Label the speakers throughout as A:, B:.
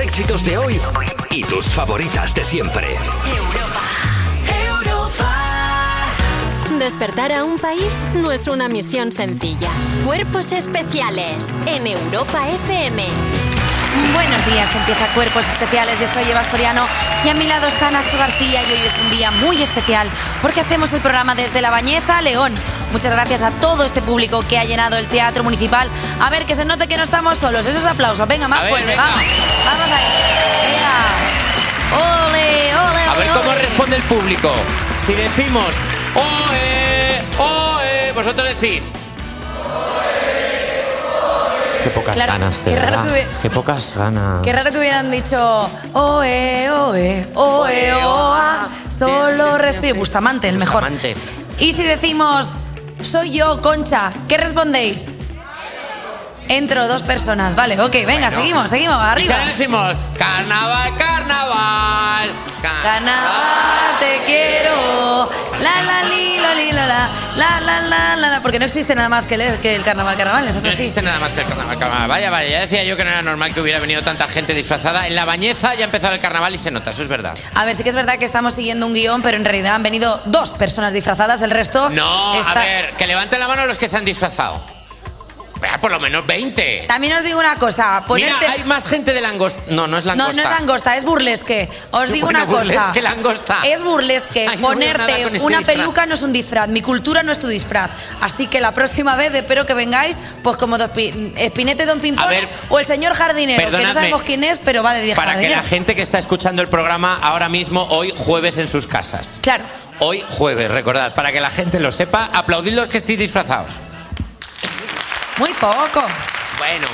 A: éxitos de hoy y tus favoritas de siempre.
B: Despertar a un país no es una misión sencilla. Cuerpos especiales en Europa FM.
C: Buenos días, empieza Cuerpos Especiales. Yo soy Eva Soriano y a mi lado está Nacho García y hoy es un día muy especial porque hacemos el programa desde La Bañeza, León. Muchas gracias a todo este público que ha llenado el Teatro Municipal. A ver, que se note que no estamos solos. Esos aplausos. Venga, más
D: A ver,
C: fuerte,
D: venga.
C: vamos. Vamos ahí. Oh. Venga. Ole, ole,
D: A ver
C: ole,
D: cómo
C: ole.
D: responde el público. Si decimos OE, OE, vosotros decís.
E: Qué pocas
C: Claro,
E: ganas, de
C: qué raro
E: verdad.
C: que hubi-
E: Qué pocas ganas.
C: Qué raro que hubieran dicho oe, oe, oe, oa, solo respiro. Bustamante, el mejor.
E: Bustamante.
C: Y si decimos soy yo, Concha, ¿qué respondéis? Entro dos personas, vale, ok, venga, seguimos, seguimos,
D: Y si
C: arriba.
D: ahora decimos carnaval, carnaval. car-
C: Carnaval, te quiero. La la li, lo, li, lo, la, la la la la la, porque no existe nada más que el, que el carnaval, carnaval, es
D: No
C: otro sí.
D: existe nada más que el carnaval, carnaval. Vaya, vaya, ya decía yo que no era normal que hubiera venido tanta gente disfrazada. En la bañeza ya ha empezado el carnaval y se nota, eso es verdad.
C: A ver, sí que es verdad que estamos siguiendo un guión, pero en realidad han venido dos personas disfrazadas, el resto.
D: No, a
C: Oh, está-
D: ver, que levanten la mano los que se han disfrazado. Vea, por lo menos 20.
C: También os digo una cosa, ponerte.
D: Mira, hay más gente de langosta. No, no es
C: no, no
D: langosta.
C: es langosta, es burlesque. Os
D: Yo,
C: digo
D: bueno,
C: una cosa.
D: burlesque, langosta.
C: Es burlesque.
D: Ay, no veo nada
C: Ponerte
D: con este
C: una
D: disfraz.
C: peluca no es un disfraz. Mi cultura no es tu disfraz. Así que la próxima vez espero que vengáis, pues como dos pi- Espinete Don Pimpón
D: A ver,
C: o el señor jardinero, que no
D: perdonadme.
C: sabemos quién es, pero va de 10
D: Para que
C: jardinero.
D: la gente que está escuchando el programa ahora mismo, hoy jueves en sus casas.
C: Claro.
D: Hoy jueves, recordad, para que la gente lo sepa, aplaudid los que estéis disfrazados.
C: Muy poco.
D: Bueno.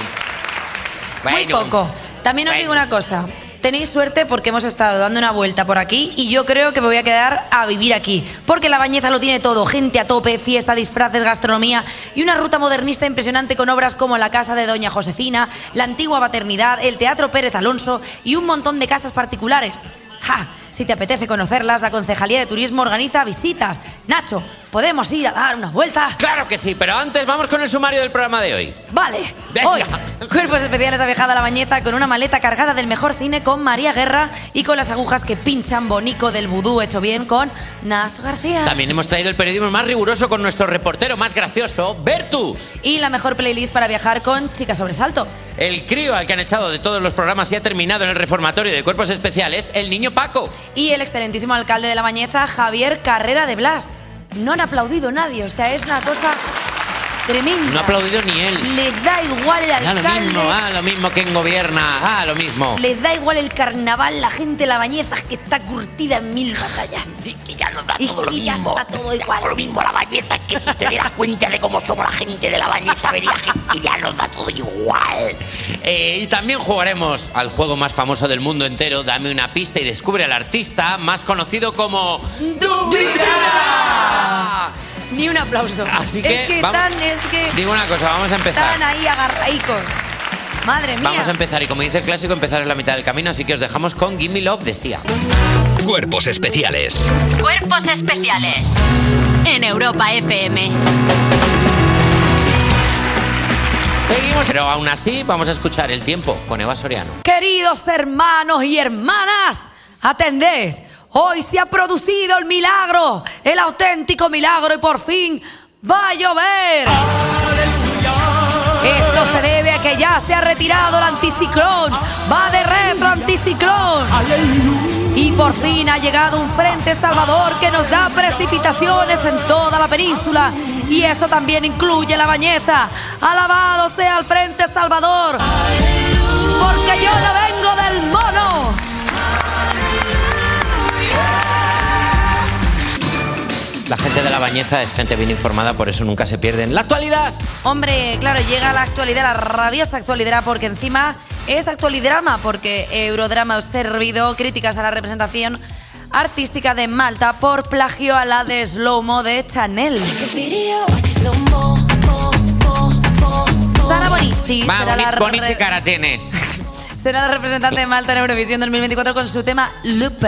C: Muy poco. También os
D: Bueno.
C: digo una cosa. Tenéis suerte porque hemos estado dando una vuelta por aquí y yo creo que me voy a quedar a vivir aquí. Porque la bañeza lo tiene todo: gente a tope, fiesta, disfraces, gastronomía y una ruta modernista impresionante con obras como la casa de Doña Josefina, la antigua paternidad, el Teatro Pérez Alonso y un montón de casas particulares. ¡Ja! Si te apetece conocerlas, la Concejalía de Turismo organiza visitas. Nacho, ¿podemos ir a dar una vuelta?
D: Claro que sí, pero antes vamos con el sumario del programa de hoy.
C: Vale,
D: Venga.
C: hoy Cuerpos Especiales Abejada a la Bañeza con una maleta cargada del mejor cine con María Guerra y con las agujas que pinchan Bonico del vudú hecho bien con Nacho García.
D: También hemos traído el periodismo más riguroso con nuestro reportero más gracioso, Bertus.
C: Y la mejor playlist para viajar con Chica Sobresalto.
D: El crío al que han echado de todos los programas y ha terminado en el reformatorio de cuerpos especiales, el niño Paco.
C: Y el excelentísimo alcalde de la Bañeza, Javier Carrera de Blas. No han aplaudido nadie, o sea, es una cosa tremenda.
D: No ha aplaudido ni él.
C: Le da igual el
D: Ah, lo
C: alcalde.
D: mismo, ah, lo mismo quien gobierna, ah, lo mismo.
C: Les da igual el carnaval, la gente de la bañeza que está curtida en mil batallas.
F: Y que ya nos da
C: Y
F: todo lo
C: que ya
F: mismo.
C: está todo igual.
F: Ya lo mismo la bañeza que si te dieras cuenta de cómo somos la gente de la bañeza, vería que ya nos da todo igual.
D: Eh, y también jugaremos al juego más famoso del mundo entero, Dame una pista y descubre al artista más conocido como... ¡Dubida!
C: Ni un aplauso.
D: Así
C: es
D: que
C: que
D: vamos-
C: tan, es que
D: Digo una cosa, vamos a empezar.
C: tan ahí agarraicos. Madre mía.
D: Vamos a empezar y como dice el clásico, empezar es la mitad del camino, así que os dejamos con Gimme Love de Sia.
A: Cuerpos especiales
B: Cuerpos especiales en Europa FM.
D: Seguimos, pero aún así vamos a escuchar el tiempo con Eva Soriano.
C: Queridos hermanos y hermanas, atended. Hoy se ha producido el milagro, el auténtico milagro y por fin va a llover. Esto se debe a que ya se ha retirado el anticiclón. Va de retro anticiclón. Y por fin ha llegado un frente salvador que nos da precipitaciones en toda la península. Y eso también incluye la bañeza. Alabado sea el frente salvador. Porque yo no vengo del mono.
D: La gente de la bañeza es gente bien informada, por eso nunca se pierden. La actualidad.
C: Hombre, claro, llega la actualidad, la rabiosa actualidad, porque encima es actualidrama, porque Eurodrama ha servido críticas a la representación artística de Malta por plagio a la de Slow Mo de Chanel. Sara Bonizzi
D: Va,
C: será la
D: boni- bonita
C: re-
D: cara tiene.
C: será la representante de Malta en Eurovisión 2024 con su tema Loop.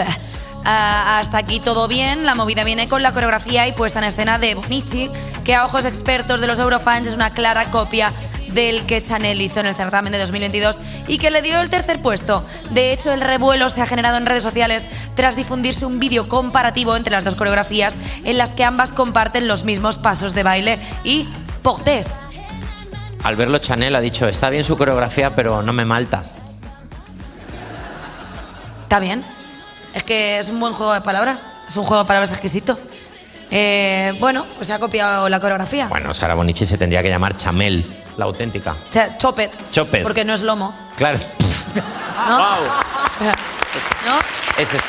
C: Ah, hasta aquí todo bien, la movida viene con la coreografía y puesta en escena de Bonici, que a ojos expertos de los Eurofans es una clara copia del que Chanel hizo en el certamen de 2022 y que le dio el tercer puesto. De hecho, el revuelo se ha generado en redes sociales tras difundirse un vídeo comparativo entre las dos coreografías en las que ambas comparten los mismos pasos de baile y portés.
D: Al verlo, Chanel ha dicho: Está bien su coreografía, pero no me malta.
C: ¿Está bien? Es que es un buen juego de palabras. Es un juego de palabras exquisito. Eh, bueno, pues se ha copiado la coreografía.
D: Bueno, Sara Bonici se tendría que llamar Chamel, la auténtica.
C: O sea, chop it.
D: Chop it.
C: Porque no es lomo.
D: Claro.
C: ¿no? ¿No?
D: Es decir,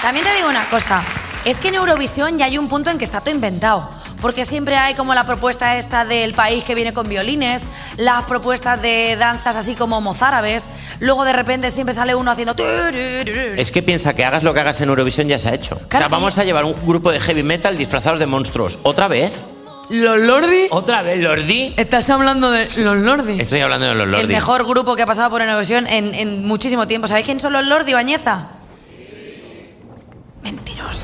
C: También te digo una cosa. Es que en Eurovisión ya hay un punto en que está todo inventado. Porque siempre hay como la propuesta esta del país que viene con violines, las propuestas de danzas así como mozárabes. Luego de repente siempre sale uno haciendo. turururu.
D: es que piensa que hagas lo que hagas en Eurovisión ya se ha hecho.
C: Claro
D: o sea, vamos
C: que-
D: a llevar un grupo de heavy metal disfrazados de monstruos. ¿Otra vez?
G: ¿Los Lordi?
D: ¿Otra vez, Lordi?
G: ¿Estás hablando de los Lordi?
D: Estoy hablando de los Lordi.
C: El mejor grupo que ha pasado por Eurovisión en, en muchísimo tiempo. ¿Sabéis quién son los Lordi Bañeza? Mentirosos.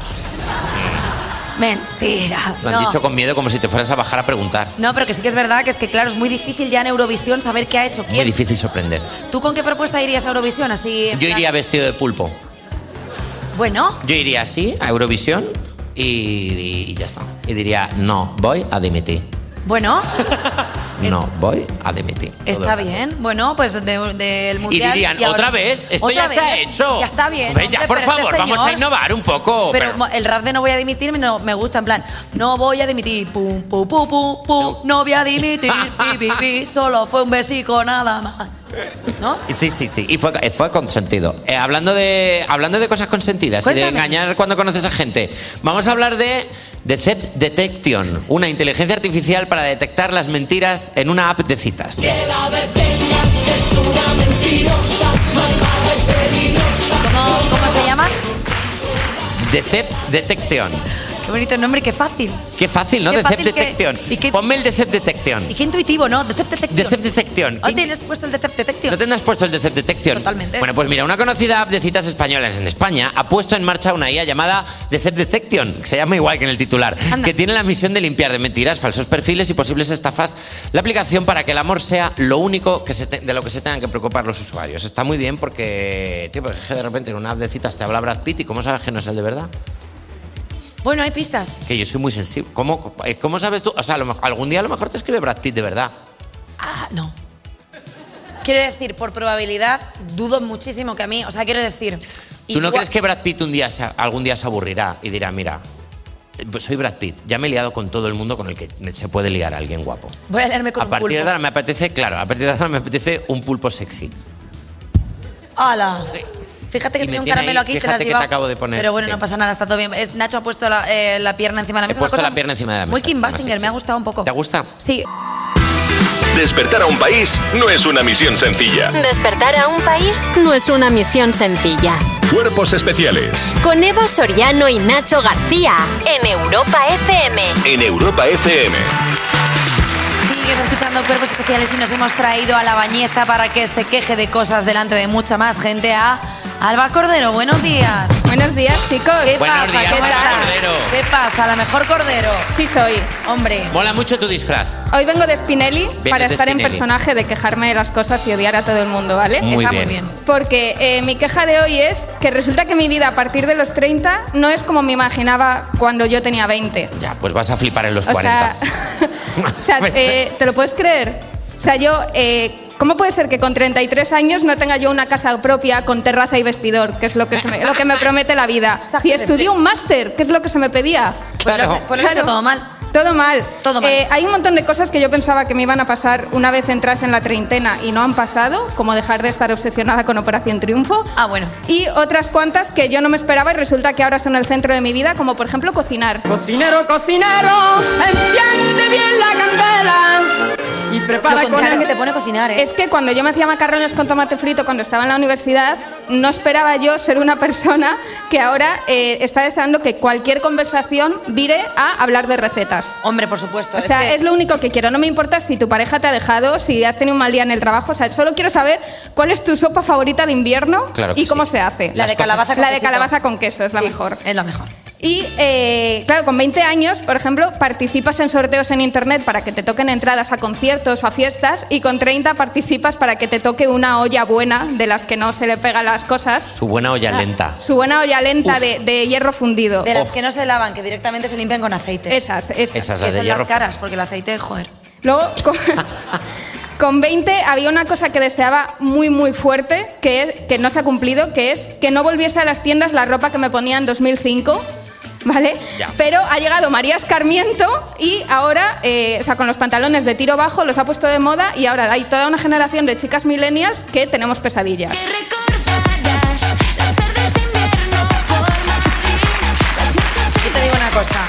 C: Mentira.
D: Lo han
C: No.
D: dicho con miedo como si te fueras a bajar a preguntar.
C: No, pero que sí que es verdad que es que, claro, es muy difícil ya en Eurovisión saber qué ha hecho
D: Muy
C: quién.
D: difícil sorprender.
C: ¿Tú con qué propuesta irías a Eurovisión? Así, en
D: Yo
C: plan-
D: iría vestido de pulpo.
C: Bueno,
D: Yo iría así a Eurovisión y, y ya está. Y diría, no, voy a dimitir.
C: bueno,
D: No, voy a dimitir.
C: está bien. Bueno, pues de- del
D: Y
C: Mundial.
D: dirían,
C: ahora-
D: otra vez, esto
C: ¿Otra
D: ya se ha
C: vez?
D: hecho.
C: Ya está bien.
D: Hombre, ya,
C: hombre,
D: por
C: pero este
D: favor, vamos a
C: señor-
D: innovar un poco.
C: Pero, mo- el rap de no voy a dimitir me, no, me gusta, en plan, no voy a dimitir, pum, pum, pum, pum, pum, no voy a dimitir, pi, pi, pi, solo fue un besico nada más. ¿No?
D: Sí, sí, sí. Y fue, fue consentido. Eh, hablando, de, hablando de cosas consentidas y de
C: Cuéntame.
D: engañar cuando conoces a gente, vamos a hablar de Decept Detection, una inteligencia artificial para detectar las mentiras en una app de citas.
C: ¿Cómo, cómo se llama?
D: Decept Detection.
C: Qué bonito el nombre, qué fácil.
D: Qué fácil, ¿no?
C: Qué
D: Decept
C: fácil que-
D: Detection.
C: y qué-
D: Ponme el Decept Detection.
C: Y qué intuitivo, ¿no? Decept Detection.
D: Decept Detection.
C: Hoy Oh, tienes puesto el Decept Detection.
D: ¿No tendrás puesto el Decept Detection?
C: Totalmente.
D: Bueno, pues mira, una conocida app de citas españolas en España ha puesto en marcha una IA llamada Decept Detection, que se llama igual que en el titular,
C: Anda.
D: que tiene la misión de limpiar de mentiras, falsos perfiles y posibles estafas la aplicación para que el amor sea lo único que se te- de lo que se tengan que preocupar los usuarios. Está muy bien porque, tío, porque de repente en una app de citas te habla Brad Pitt y ¿cómo sabes que no es el de verdad?
C: Bueno, hay pistas.
D: Que yo soy muy sensible. ¿Cómo, eh, cómo sabes tú? O sea, a lo mejor- algún día a lo mejor te escribe Brad Pitt de verdad.
C: Ah, no. Quiero decir, por probabilidad, dudo muchísimo que a mí. O sea, quiero decir.
D: ¿Tú no
C: igual-
D: crees que Brad Pitt un día se- algún día se aburrirá y dirá, mira, pues soy Brad Pitt, ya me he liado con todo el mundo con el que me- se puede liar a alguien guapo?
C: Voy a leerme con
D: A
C: un
D: partir de
C: pulpo.
D: ahora me apetece, claro, a partir de ahora me apetece un pulpo sexy.
C: ¡Hala! Fíjate que
D: Y me
C: tenía un
D: tiene
C: caramelo
D: ahí,
C: aquí, te
D: fíjate
C: lo has
D: que te
C: llevado.
D: acabo de poner,
C: Pero bueno,
D: sí.
C: no pasa nada, está todo bien. Es- Nacho ha puesto la, eh, la pierna encima de la
D: He
C: mesa.
D: puesto
C: una cosa
D: la pierna encima de la mesa.
C: Muy Kim
D: más
C: Basinger,
D: sexy.
C: me ha gustado un poco.
D: ¿Te gusta?
C: Sí.
H: Despertar a un país no es una misión sencilla.
B: Despertar a un país no es una misión sencilla.
H: Cuerpos especiales
B: Con Evo Soriano y Nacho García en Europa FM.
H: en Europa FM.
C: Sigues escuchando Cuerpos Especiales y nos hemos traído a la bañeza para que se queje de cosas delante de mucha más gente a Alba Cordero. Buenos días.
I: Buenos días, chicos.
C: ¿Qué
D: Buenos
C: pasa?
D: días,
C: ¿Cómo
D: Alba
C: estás?
D: Cordero.
C: ¿Qué pasa? La mejor Cordero.
I: Sí soy.
C: Hombre.
D: Mola mucho tu disfraz.
I: Hoy vengo de Spinelli para
D: de
I: estar en
D: Spinelli.
I: personaje de quejarme de las cosas y odiar a todo el mundo, ¿vale?
D: Muy
C: está
D: bien.
C: muy bien.
I: Porque eh, mi queja de hoy es que resulta que mi vida a partir de los 30 no es como me imaginaba cuando yo tenía 20.
D: Ya, pues vas a flipar en los
I: O
D: 40.
I: sea, o sea, eh, ¿te lo puedes creer? O sea, yo, eh, ¿cómo puede ser que con 33 años no tenga yo una casa propia con terraza y vestidor, que es lo que, se me, lo que me promete la vida? Y estudié un máster, que es lo que se me pedía.
C: Por Pues lo-
D: Claro.
C: Por lo visto,
I: Claro.
C: todo mal.
I: Todo mal.
C: Todo mal.
I: Eh, hay un montón de cosas que yo pensaba que me iban a pasar una vez entras en la treintena y no han pasado, como dejar de estar obsesionada con Operación Triunfo.
C: Ah, bueno.
I: Y otras cuantas que yo no me esperaba y resulta que ahora son el centro de mi vida, como por ejemplo cocinar.
J: Cocinero, cocinero, enciende bien la candela y prepara
C: Lo
J: con
C: contrario
J: el
C: que te pone a cocinar, ¿eh?
I: Es que cuando yo me hacía macarrones con tomate frito cuando estaba en la universidad, no esperaba yo ser una persona que ahora eh, está deseando que cualquier conversación vire a hablar de recetas.
C: Hombre, por supuesto.
I: O sea,
C: que-
I: es lo único que quiero. No me importa si tu pareja te ha dejado, si has tenido un mal día en el trabajo. O sea, solo quiero saber cuál es tu sopa favorita de invierno
D: Claro que
I: y cómo
D: sí.
I: se hace.
C: La de
D: las cosas-
C: calabaza con
I: La de
C: quesito.
I: calabaza con queso es la mejor.
C: Es la mejor.
I: Y eh, claro, con 20 años, por ejemplo, participas en sorteos en internet para que te toquen entradas a conciertos o a fiestas y con 30 participas para que te toque una olla buena de las que no se le pegan las cosas.
D: Su buena olla lenta.
I: Su buena olla lenta de, de hierro fundido.
C: De las que no se lavan, que directamente se limpian con aceite.
I: Esas, esas.
D: Esas,
C: que
D: las de
C: son
D: hierro.
C: las caras, porque el aceite, joder.
I: Luego, con, con 20 había una cosa que deseaba muy, muy fuerte, que, es- que no se ha cumplido, que es que no volviese a las tiendas la ropa que me ponía en 2005. ¿Vale?
K: Ya.
I: Pero ha llegado María Escarmiento y ahora, eh, o sea, con los pantalones de tiro bajo los ha puesto de moda y ahora hay toda una generación de chicas millennials que tenemos pesadillas.
C: Yo te digo una cosa.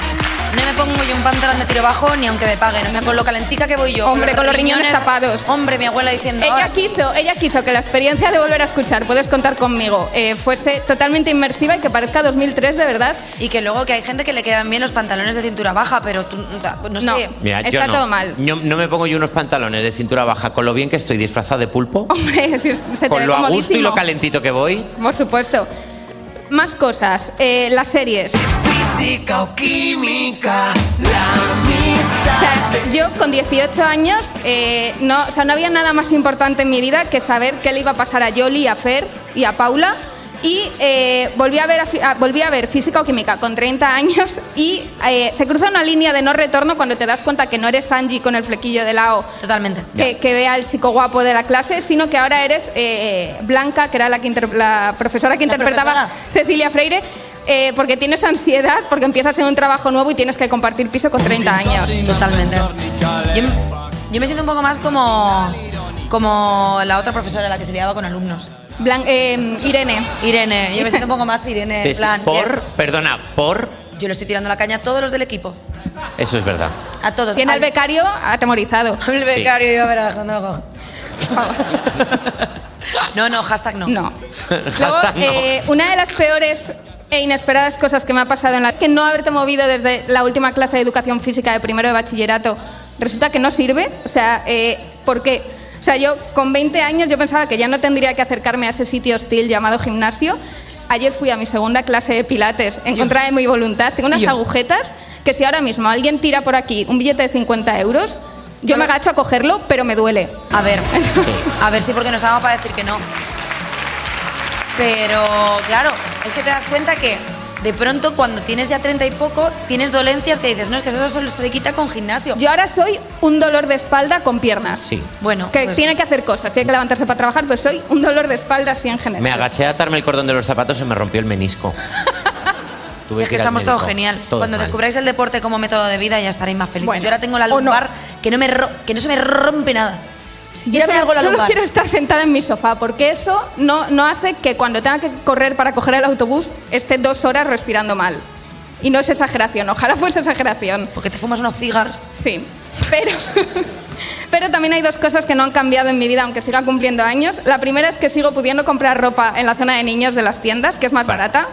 C: No me pongo yo un pantalón de tiro bajo ni aunque me paguen. O sea, con lo calentica que voy yo.
I: Hombre, con los riñones
C: tapados. Hombre, mi abuela diciendo.
I: Ella
C: "Ahora
I: quiso, ella quiso que la experiencia de volver a escuchar, puedes contar conmigo, eh, fuese totalmente inmersiva y que parezca 2003 de verdad.
C: Y que luego Oh, que hay gente que le quedan bien los pantalones de cintura baja, pero tú no sé.
D: Mira, yo no. Yo no me pongo yo unos pantalones de cintura baja con lo bien que estoy disfrazado de pulpo,
I: Hombre, si Oh, se te ve
D: con lo a gusto y
I: comodísimo.
D: lo calentito que voy.
I: Por supuesto. Más cosas, eh, las series.
K: Física o química, la mitad.
I: O sea, yo con 18 años eh, no, o sea, no había nada más importante en mi vida que saber qué le iba a pasar a Yoli, a Fer y a Paula. Y eh, volví, a ver a fi- a- volví a ver física o química con 30 años y eh, se cruza una línea de no retorno cuando te das cuenta que no eres Angie con el flequillo de la O.
C: Totalmente.
I: Que, que vea al chico guapo de la clase, sino que ahora eres eh, Blanca, que era la, que inter- la profesora que
C: La
I: interpretaba Cecilia Freire, eh, porque tienes ansiedad, porque empiezas en un trabajo nuevo y tienes que compartir piso con 30 años.
C: Totalmente. Yo, me- yo me siento un poco más como, como la otra profesora, la que se liaba con alumnos.
I: Blan- eh, Irene.
C: Irene, yo me siento un poco más Irene. en
D: Des-
C: plan,
D: por, perdona, por,
C: Yo le estoy tirando la caña a todos los del equipo.
D: eso es verdad.
C: A todos.
I: Tiene al becario atemorizado.
C: El becario iba a ver a cuando lo cojo. No, no, hashtag no.
I: No. Luego, eh, una de las peores e inesperadas cosas que me ha pasado en la que no haberte movido desde la última clase de educación física de primero de bachillerato resulta que no sirve. O sea, eh, ¿por qué? O sea, yo con 20 años yo pensaba que ya no tendría que acercarme a ese sitio hostil llamado gimnasio. Ayer fui a mi segunda clase de pilates en contra de mi voluntad. Tengo unas
K: Dios.
I: agujetas que si ahora mismo alguien tira por aquí un billete de 50 euros, yo me agacho a cogerlo, pero me duele.
C: A ver, a ver si porque no estábamos para decir que no. Pero claro, es que te das cuenta que de pronto cuando tienes ya 30 y poco, tienes dolencias que dices, no, es que eso solo se le quita con gimnasio.
I: Yo ahora soy un dolor de espalda con piernas.
D: Sí.
C: Bueno,
I: que
C: pues-
I: tiene que hacer cosas, tiene que levantarse para trabajar, pues soy un dolor de espalda así en general.
D: Me agaché a atarme el cordón de los zapatos y me rompió el menisco. Tuve
C: Sí, es
D: que
C: que
D: ir al
C: estamos todos
D: médico.
C: genial.
D: Todos
C: Cuando
D: mal.
C: descubráis el deporte como método de vida ya estaréis más felices.
I: Bueno,
C: Yo ahora tengo la
I: o no.
C: lumbar que, no me ro- que no se me rompe nada.
I: Yo
C: Yo me
I: solo-
C: hago la
I: solo
C: lumbar.
I: quiero estar sentada en mi sofá, porque eso no, no hace que cuando tenga que correr para coger el autobús esté dos horas respirando mal. Y no es exageración, ojalá fuese exageración.
C: Porque te fumas unos cigars.
I: Sí, pero, pero también hay dos cosas que no han cambiado en mi vida, aunque siga cumpliendo años. La primera es que sigo pudiendo comprar ropa en la zona de niños de las tiendas, que es más barata.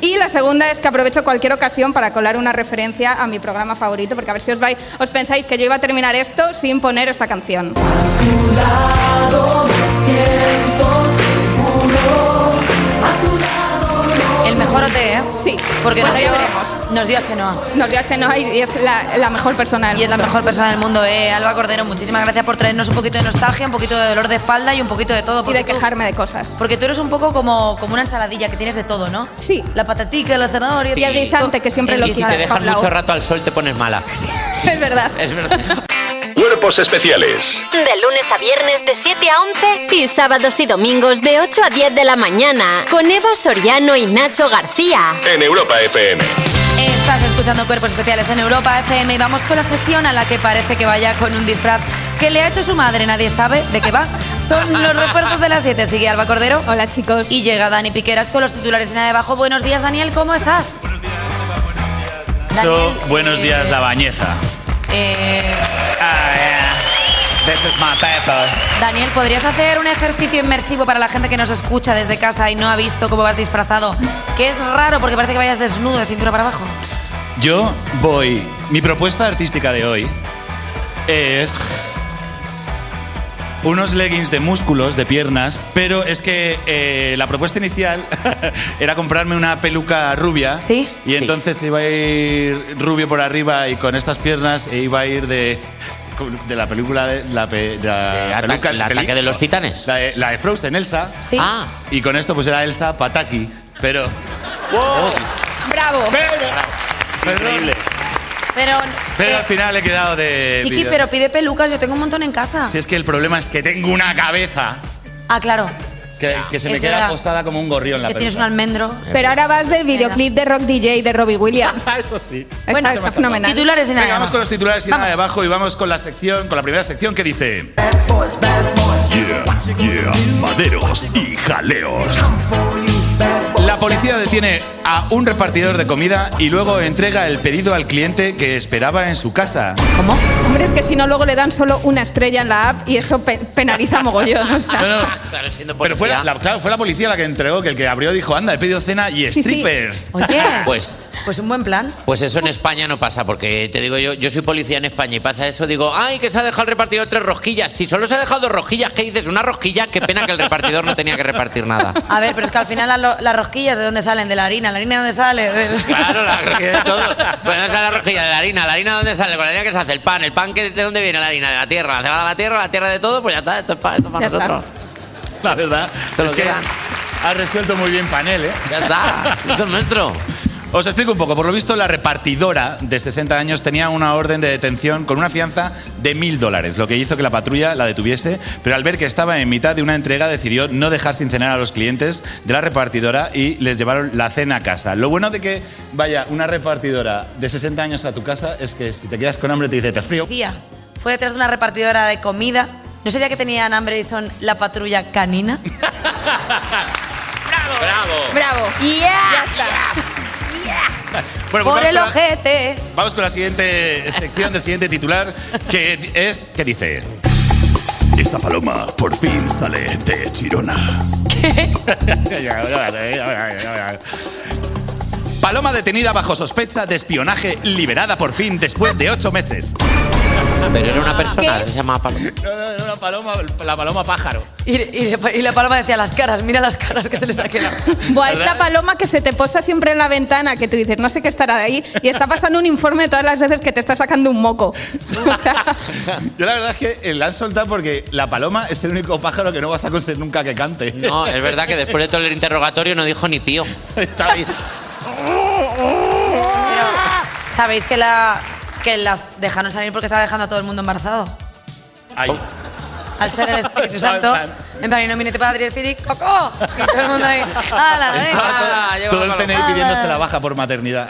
I: Y la segunda es que aprovecho cualquier ocasión para colar una referencia a mi programa favorito, porque a ver si os, vais, os pensáis que yo iba a terminar esto sin poner esta canción.
C: El mejor OT, ¿eh?
I: Sí,
C: Porque
I: bueno,
C: nos,
I: ya
C: dio,
I: veremos.
C: nos dio Chenoa.
I: Nos dio a Chenoa y es la, la mejor persona del
C: Y es la mejor persona del mundo, eh. Alba Cordero, muchísimas gracias por traernos un poquito de nostalgia, un poquito de dolor de espalda y un poquito de todo.
I: y
C: Porque
I: de quejarme de cosas.
C: tú, porque tú eres un poco como, como una ensaladilla que tienes de todo, ¿no?
I: Sí.
C: La patatica, la zanahoria.
I: Y el guisante, que siempre lo
D: Y si
I: quita
D: te dejan
I: Paula.
D: mucho rato al sol te pones mala.
I: Es verdad.
D: Es verdad.
H: Cuerpos especiales
B: De lunes a viernes de 7 a 11 y sábados y domingos de 8 a 10 de la mañana con Eva Soriano y Nacho García.
H: en Europa FM.
C: Estás escuchando Cuerpos Especiales en Europa FM y vamos con la sección a la que parece que vaya con un disfraz que le ha hecho su madre, nadie sabe de qué va. Son los refuerzos de las 7. Sigue Alba Cordero.
I: Hola chicos.
C: Y llega Dani Piqueras con los titulares en la de abajo. Buenos días, Daniel, ¿cómo estás? Daniel,
L: buenos
C: eh,
L: días, la bañeza.
C: eh,
L: Ah, yeah. This is my pepper.
C: Daniel, ¿podrías hacer un ejercicio inmersivo para la gente que nos escucha desde casa y no ha visto cómo vas disfrazado? Que es raro porque parece que vayas desnudo de cintura para abajo.
L: Yo voy. Mi propuesta artística de hoy es
M: unos leggings de músculos, de piernas, pero es que eh, la propuesta inicial era comprarme una peluca rubia. Sí. Y entonces iba a ir rubio por arriba y con estas piernas e iba a ir de. De la película de la, pe- de la
D: De Ata-
M: peluca-
D: el ataque
M: peli-
D: de los titanes.
M: La de, la de Frozen, Elsa.
D: Sí. Ah.
M: Y con esto pues era Elsa Pataki, pero
D: Oh.
I: Bravo.
M: Increíble.
C: Pero,
M: Pero al final he quedado de
C: Eh, chiqui,
M: Eh, vídeo.
C: pero pide pelucas, yo tengo un montón en casa.
M: Si es que el problema es que tengo una cabeza
C: Ah, claro,
M: que, que se me
C: Es
M: queda
C: verdad.
M: posada como un gorrión la
C: que tienes un
M: peluca.
C: almendro.
I: Pero ahora vas de videoclip de rock DJ de Robbie Williams.
M: Ah, Eso sí.
I: Está, está fenomenal.
C: Titulares en
M: Venga, vamos con los titulares y nada de abajo y vamos con la sección, con la primera sección que dice.
N: Yeah, yeah, maderos y jaleos.
M: La policía detiene a un repartidor de comida y luego entrega el pedido al cliente que esperaba en su casa.
C: ¿Cómo?
I: Hombre, es que si no, luego le dan solo una estrella en la app y eso pe- penaliza mogollón. o sea.
D: Claro, siendo
M: Pero fue la, la- claro, fue la policía la que entregó, que el que abrió dijo, anda, he pedido cena y
I: sí.
M: strippers.
C: Oye,
D: Pues,
C: pues un buen plan.
D: pues eso en España no pasa, porque te digo yo, yo soy policía en España y pasa eso, digo, ay, que se ha dejado el repartidor tres rosquillas. Si solo se ha dejado dos rosquillas, ¿qué dices? Una rosquilla, qué pena que el repartidor no tenía que repartir nada.
C: A ver, pero es que al final las, lo- las rosquillas, ¿de dónde salen? ¿De la harina? ¿La harina de dónde sale? Del-
D: Claro, la rosquilla de todo. Pues ¿dónde sale la rosquilla? De la harina. ¿La harina de dónde sale? Con la harina que se hace el pan. ¿El pan que, de dónde viene la harina? De la tierra. Se va de la tierra, la tierra de todo, pues ya está, esto es para, esto es para
I: Ya está.
D: nosotros.
M: La verdad,
D: Se lo
M: es que
D: quedan.
M: has resuelto muy bien panel, ¿eh?
D: Ya está, esto es nuestro.
M: Os explico un poco. Por lo visto, la repartidora de 60 años tenía una orden de detención con una fianza de mil dólares, lo que hizo que la patrulla la detuviese, pero al ver que estaba en mitad de una entrega decidió no dejar sin cenar a los clientes de la repartidora y les llevaron la cena a casa. Lo bueno de que vaya una repartidora de 60 años a tu casa es que si te quedas con hambre te dice, te frío.
C: Policía Fue detrás de una repartidora de comida. ¿No sería que tenían hambre y son la patrulla canina?
D: Bravo.
I: Bravo.
C: ¡Yeah!
I: Ya está.
M: Bueno,
C: Por
M: pues vamos
C: el
M: con la-
C: ojete.
M: Vamos con la siguiente sección, del siguiente titular, que es, ¿qué dice?
N: Esta paloma por fin sale de Girona.
M: Paloma detenida bajo sospecha de espionaje, liberada por fin después de ocho meses.
D: Pero era una persona que se llamaba Paloma.
M: No, no, no, la paloma, la paloma pájaro.
C: Y, y- y la paloma decía, las caras, mira las caras que se les ha quedado.
I: Buah,
M: ¿Verdad?
I: esta paloma que se te posa siempre en la ventana, que tú dices, no sé qué estará de ahí, y está pasando un informe todas las veces que te está sacando un moco. O sea,
M: Yo la verdad es que eh, la han soltado porque la paloma es el único pájaro que no vas a conseguir nunca que cante.
D: No, es verdad que después de todo el interrogatorio no dijo ni pío.
M: Está ahí.
C: Pero, ¿sabéis que, la, que las dejaron salir porque estaba dejando a todo el mundo embarazado?
M: Ahí.
C: Al ser el Espíritu Santo.
M: En plan-
C: En plan, y no minete padre, el fidic, coco. Y todo el mundo ahí, ¡hala, venga!
D: Ah, lleva
M: Todo el
D: paloma.
M: CNI pidiéndose la baja por maternidad.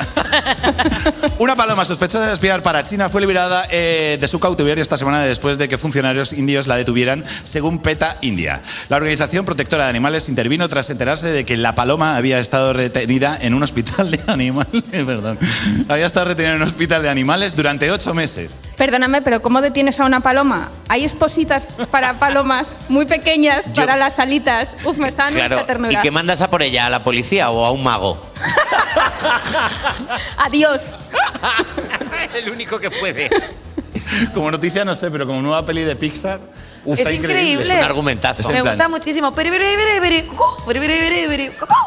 M: Una paloma sospechosa de espiar para China fue liberada eh, de su cautiverio esta semana después de que funcionarios indios la detuvieran, según PETA India. La organización protectora de animales intervino tras enterarse de que la paloma había estado retenida en un hospital de animales. eh, Perdón. Había estado retenida en un hospital de animales durante ocho meses.
I: perdóname, pero ¿cómo detienes a una paloma? Hay espositas para palomas muy pequeñas para las alitas. Uf, me está dando
D: Claro.
I: mucha ternura.
D: ¿Y qué mandas a por ella? ¿A la policía o a un mago?
I: Adiós.
D: el único que puede.
M: Como noticia, no sé, pero como nueva peli de Pixar.
C: Es
M: está
C: increíble.
D: Es un argumentazo.
M: en
C: Me
M: plan-
C: gusta muchísimo. Peri, peri, peri, peri, coco, peri, peri, peri, peri, coco.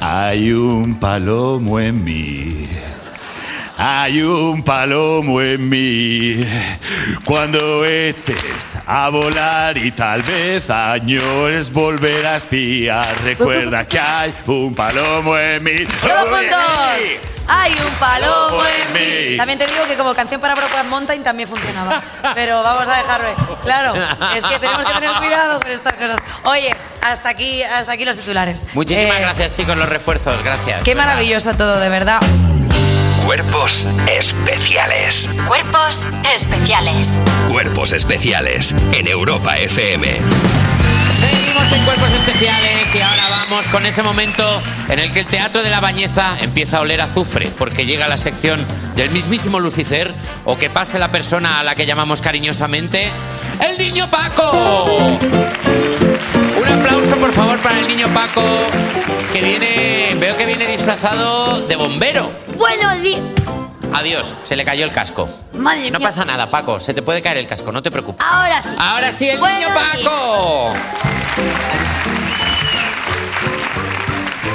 M: Hay un palomo en mí. Hay un palomo en mí. Cuando estés a volar y tal vez añores volver a espiar, recuerda que hay un palomo en mí.
C: Todos juntos. Hay un palomo
M: Palomo
C: en
M: en
C: mí.
M: mí.
C: También te digo que como canción para Brokeback Mountain también funcionaba. Pero vamos a dejarlo. ahí. Claro, es que tenemos que tener cuidado con estas cosas. Oye, hasta aquí, hasta aquí los titulares.
D: Muchísimas
C: Eh,
D: gracias, chicos, los refuerzos. Gracias.
C: Qué
D: ¿verdad?
C: maravilloso todo, de verdad.
O: Cuerpos especiales.
B: Cuerpos especiales.
O: Cuerpos especiales en Europa FM.
D: Seguimos en Cuerpos Especiales y ahora vamos con ese momento en el que el Teatro de la Bañeza empieza a oler a azufre, porque llega la sección del mismísimo Lucifer o que pase la persona a la que llamamos cariñosamente el niño Paco. Un aplauso, por favor, para el niño Paco, que viene, veo que viene disfrazado de bombero.
P: Buenos días.
D: Adiós, se le cayó el casco.
C: Madre
D: No
C: mía.
D: pasa nada, Paco, se te puede caer el casco, no te preocupes.
C: Ahora sí.
D: Ahora sí, el
C: Buenos
D: niño Paco.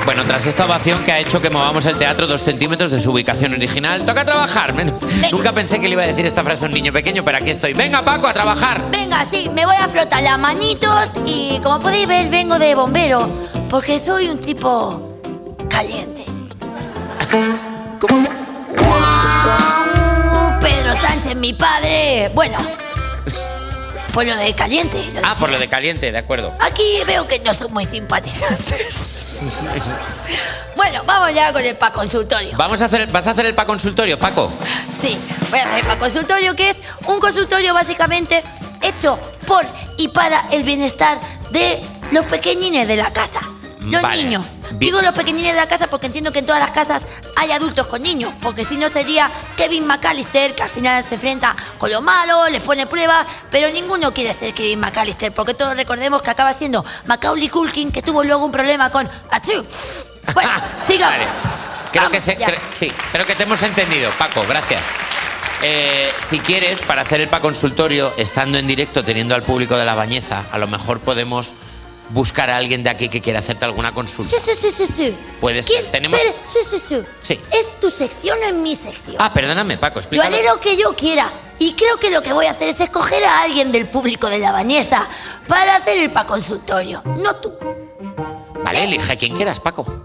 D: Bueno, tras esta ovación que ha hecho que movamos el teatro dos centímetros de su ubicación original, toca trabajar. Men- Nunca pensé que le iba a decir esta frase a un niño pequeño, pero aquí estoy. Venga, Paco, a trabajar.
P: Venga, sí, me voy a frotar las manitos y como podéis ver vengo de bombero porque soy un tipo caliente. ¡Guau! Pedro Sánchez, mi padre. Bueno, por lo de caliente. lo de-
D: Ah, por lo de caliente, de acuerdo.
P: Aquí veo que no son muy simpatizantes. Bueno, vamos ya con el pa consultorio.
D: Vamos a hacer, ¿Vas a hacer el pa consultorio, Paco?
P: Sí, voy a hacer para consultorio, que es un consultorio básicamente hecho por y para el bienestar de los pequeñines de la casa. Los
D: Vale.
P: niños. Digo los pequeñines de la casa porque entiendo que en todas las casas hay adultos con niños, porque si no sería Kevin McAllister, que al final se enfrenta con lo malo, les pone pruebas, pero ninguno quiere ser Kevin McAllister, porque todos recordemos que acaba siendo Macaulay Culkin, que tuvo luego un problema con... ¡Achú! Bueno, sigamos.
D: Vale. Creo que,
P: Vamos
D: se-
P: ya.
D: cre- sí, creo que te hemos entendido, Paco, gracias. Eh, si quieres, para hacer el pa consultorio, estando en directo, teniendo al público de la bañeza, a lo mejor podemos buscar a alguien de aquí que quiera hacerte alguna consulta.
P: Sí, sí, sí, sí.
D: Puedes. Tenemos.
P: Pero, sí, sí, sí.
D: Sí.
P: ¿Es tu sección o es mi sección?
D: Ah, perdóname, Paco,
P: yo
D: explícalo.
P: haré lo que yo quiera. Y creo que lo que voy a hacer es escoger a alguien del público de la bañeza para hacer el pa consultorio. No tú,
D: Vale, elige a quien quieras, Paco.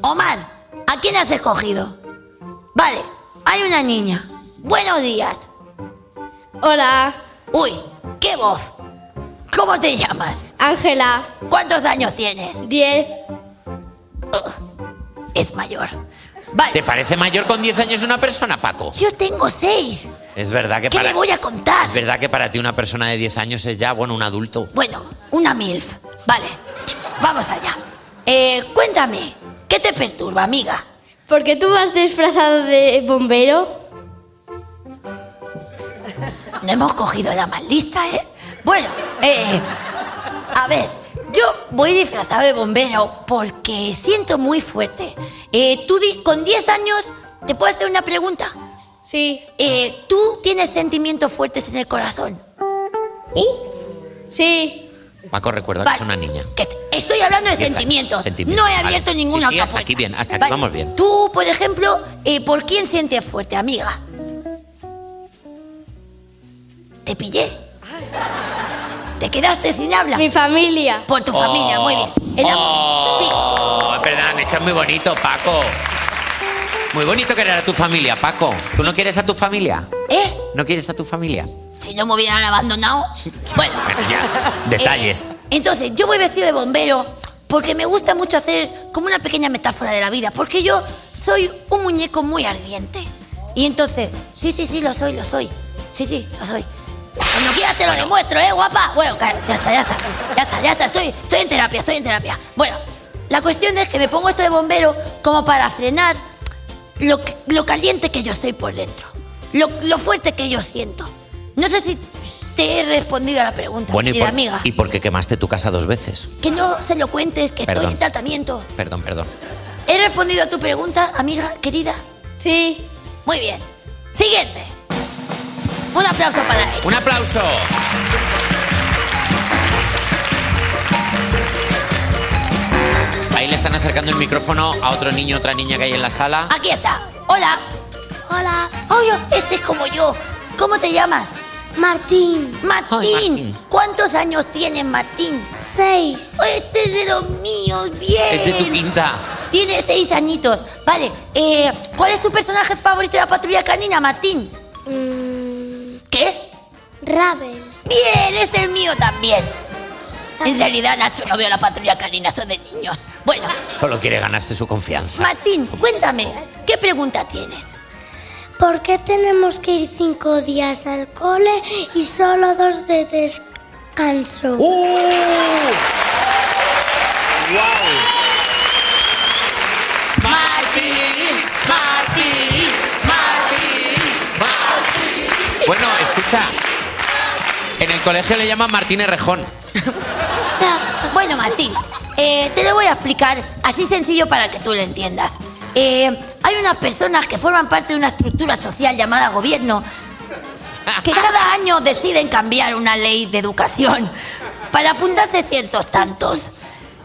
P: Omar. ¿A quién has escogido? Vale, hay una niña. Buenos días.
Q: Hola.
P: Uy, qué voz. ¿Cómo te llamas?
Q: Ángela.
P: ¿Cuántos años tienes?
Q: Diez.
P: Es mayor.
D: ¿Te parece mayor con 10 años una persona, Paco?
P: Yo tengo seis.
D: Es verdad que
P: ¿Qué
D: para.
P: le voy a contar?
D: Es verdad que para ti una persona de 10 años es ya, bueno, un adulto.
P: Bueno, una MILF. Vale, vamos allá. Eh, cuéntame, ¿qué te perturba, amiga?
Q: ¿Por qué tú vas disfrazado de bombero?
P: No hemos cogido la más lista, ¿eh? Bueno, eh, a ver, yo voy disfrazado de bombero porque siento muy fuerte. Eh, tú di- con 10 años, ¿te puedo hacer una pregunta?
Q: Sí.
P: Eh, ¿Tú tienes sentimientos fuertes en el corazón?
Q: Sí.
D: Paco, recuerda
P: Vale.
D: que es una niña.
P: Estoy hablando de
D: Diez años.
P: sentimientos.
D: Sentimientos,
P: No he
D: vale.
P: abierto
D: Sí,
P: ninguna
D: sí,
P: otra
D: hasta aquí bien, hasta aquí
P: Vale.
D: vamos bien.
P: Tú, por ejemplo, eh, ¿por quién sientes fuerte, amiga? Te pillé. Te quedaste sin habla. Mi
Q: familia.
P: Por tu
D: Oh.
P: familia, muy bien. El am-
D: Oh, perdón, esto es muy bonito, Paco. Muy bonito querer a tu familia, Paco. ¿Tú no quieres a tu familia?
P: ¿Eh?
D: ¿No quieres a tu familia?
P: Si no me hubieran abandonado. Bueno.
D: Detalles.
P: Entonces, yo voy vestido de bombero porque me gusta mucho hacer como una pequeña metáfora de la vida, porque yo soy un muñeco muy ardiente. Y entonces, sí, sí, sí, lo soy, lo soy. Sí, sí, lo soy. Cuando quieras te lo demuestro, ¿eh, guapa? Bueno, ca- ya está, ya está. Ya está, ya está. Estoy, estoy en terapia, estoy en terapia. Bueno, la cuestión es que me pongo esto de bombero como para frenar lo, que- lo caliente que yo estoy por dentro. Lo, lo fuerte que yo siento. No sé si te he respondido a la pregunta,
D: Bueno, ¿y
P: querida
D: por,
P: amiga.
D: ¿y por qué quemaste tu casa dos veces?
P: Que no se lo cuentes, que
D: Perdón.
P: estoy en tratamiento.
D: Perdón, perdón.
P: ¿He respondido a tu pregunta, amiga querida?
Q: Sí.
P: Muy bien. Siguiente. Un aplauso para él.
D: ¡Un aplauso! Ahí le están acercando el micrófono a otro niño, otra niña que hay en la sala.
P: Aquí está. Hola.
M: Hola.
P: Oye, este es como yo. ¿Cómo te llamas?
M: Martín.
P: Martín.
M: Ay, Martín.
P: ¿Cuántos años tienes, Martín?
M: Seis.
P: Este es de los míos. Bien.
D: Es de tu quinta.
P: Tiene seis añitos. Vale. eh, ¿Cuál es tu personaje favorito de la patrulla canina, Martín? ¿Qué?
M: Raven.
P: Bien, este es el mío también.
M: Ah.
P: En realidad, Nacho, no veo la patrulla canina, son de niños. Bueno,
D: Solo quiere ganarse su confianza.
P: Martín, cuéntame, ¿qué pregunta tienes?
M: ¿Por qué tenemos que ir cinco días al cole y solo dos de descanso?
P: ¡Uh!
D: Martín, Martín, Martín, Martín. Bueno, escucha. En el colegio le llaman Martínez Rejón.
P: Bueno, Martín, eh, te lo voy a explicar así sencillo para que tú lo entiendas. Eh, hay unas personas que forman parte de una estructura social llamada gobierno que cada año deciden cambiar una ley de educación para apuntarse ciertos tantos.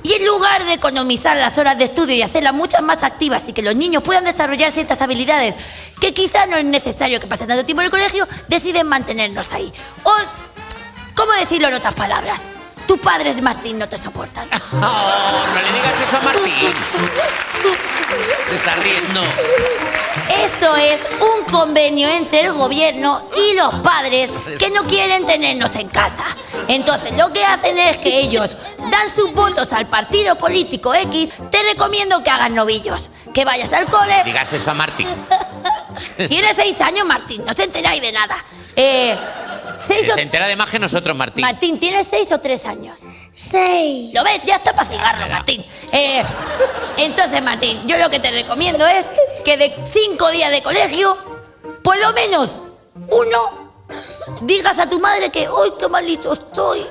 P: Y en lugar de economizar las horas de estudio y hacerlas muchas más activas y que los niños puedan desarrollar ciertas habilidades que quizá no es necesario que pasen tanto tiempo en el colegio, deciden mantenernos ahí. O, ¿cómo decirlo en otras palabras? Tus padres, Martín, no te soportan.
D: Oh, no le digas eso a Martín. Te está riendo.
P: Esto es un convenio entre el gobierno y los padres que no quieren tenernos en casa. Entonces lo que hacen es que ellos dan sus votos al partido político X. Te recomiendo que hagas novillos, que vayas al cole.
D: Digas eso a Martín.
P: Tienes seis años, Martín, no se enteráis de nada. Eh, seis o-
D: Se entera de más que nosotros, Martín.
P: Martín, ¿tienes seis o tres años? Seis. ¿Lo ves? Ya está para cigarro, Martín. Eh, entonces, Martín, yo lo que te recomiendo es que de cinco días de colegio, por lo menos uno, digas a tu madre que hoy qué malito estoy.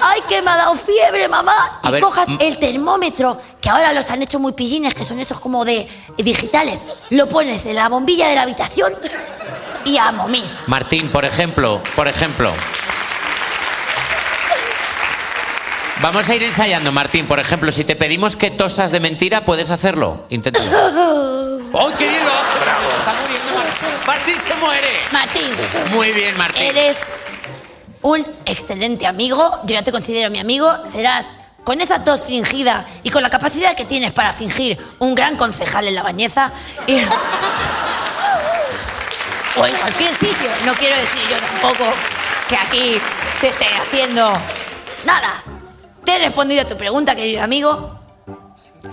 P: Ay, que me ha dado fiebre, mamá.
D: A
P: y
D: ver,
P: cojas
D: mm.
P: el termómetro, que ahora los han hecho muy pillines, que son esos como de digitales. Lo pones en la bombilla de la habitación y a momir.
D: Martín, por ejemplo, por ejemplo. Vamos a ir ensayando, Martín. Por ejemplo, si te pedimos que tosas de mentira, ¿puedes hacerlo? Inténtalo. ¡Oh, qué bien lo hace! ¡Bravo! Está muriendo Martín. ¡Martín se muere!
P: Martín.
D: Muy bien, Martín.
P: Eres un excelente amigo, yo ya te considero mi amigo, serás con esa tos fingida y con la capacidad que tienes para fingir un gran concejal en la bañeza y- o en cualquier sitio, no quiero decir yo tampoco que aquí te esté haciendo nada. Te he respondido a tu pregunta, querido amigo.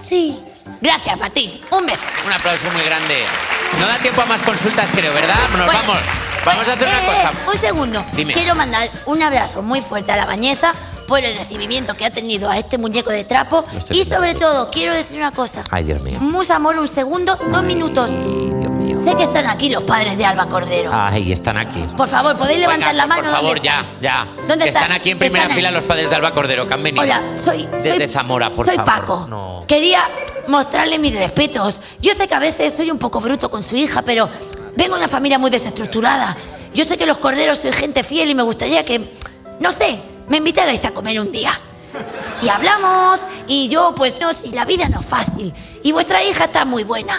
P: Sí. Gracias, Martín. Un beso.
D: Un aplauso muy grande. No da tiempo a más consultas, creo, ¿verdad? Nos
P: Bueno,
D: vamos. Vamos a hacer
P: Eh,
D: una
P: eh,
D: cosa.
P: un segundo.
D: Dime.
P: Quiero mandar un abrazo muy fuerte a la bañeza por el recibimiento que ha tenido a este muñeco de trapo.
D: estoy
P: Y
D: viendo.
P: sobre todo, quiero decir una cosa.
D: Ay, Dios mío.
P: Mucho amor, un segundo, dos minutos. Sé que están aquí los padres de Alba Cordero.
D: Ay, están aquí.
P: Por favor, podéis levantar la mano.
D: Por favor,
P: ¿Dónde
D: ya, ya.
P: ¿Dónde
D: que están
P: están?
D: aquí en primera
P: Están ahí.
D: fila los padres de Alba Cordero que han venido.
P: Hola, soy.
D: Desde
P: soy-
D: Zamora, por
P: soy
D: favor.
P: Paco.
D: No.
P: Quería mostrarle mis respetos. Yo sé que a veces soy un poco bruto con su hija, pero vengo de una familia muy desestructurada. Yo sé que los corderos soy gente fiel y me gustaría que, no sé, me invitarais a comer un día. Y hablamos, y yo, pues no, si la vida no es fácil. Y vuestra hija está muy buena.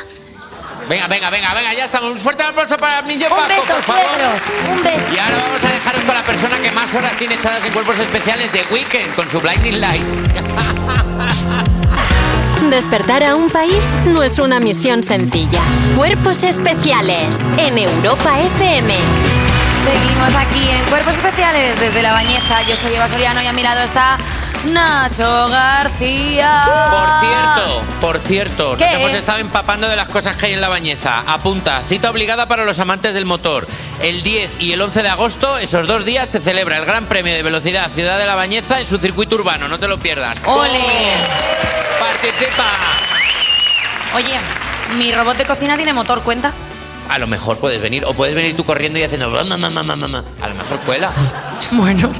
D: Venga, venga, venga, venga, ya estamos. Un fuerte aplauso para mi
P: Un
D: Paco,
P: beso,
D: por favor.
P: suegros. Un beso.
D: Y ahora vamos a dejaros con la persona que más horas tiene echadas en cuerpos especiales de Weekend con su Blinding Light.
B: Despertar a un país no es una misión sencilla. Cuerpos especiales en Europa FM.
C: Seguimos aquí en Cuerpos Especiales desde La Bañeza. Yo soy Eva Soriano y a mi lado está Nacho García.
D: Por cierto, por cierto,
C: ¿Qué?
D: nos hemos estado empapando de las cosas que hay en la bañeza. Apunta, cita obligada para los amantes del motor. El 10 y el 11 de agosto, esos dos días, se celebra el Gran Premio de Velocidad Ciudad de la Bañeza en su circuito urbano. No te lo pierdas.
C: ¡Ole!
D: ¡Participa!
C: Oye, mi robot de cocina tiene motor, ¿cuenta?
D: A lo mejor puedes venir, o puedes venir tú corriendo y haciendo mamá, mamá, mamá, mamá. A lo mejor cuela.
C: Bueno,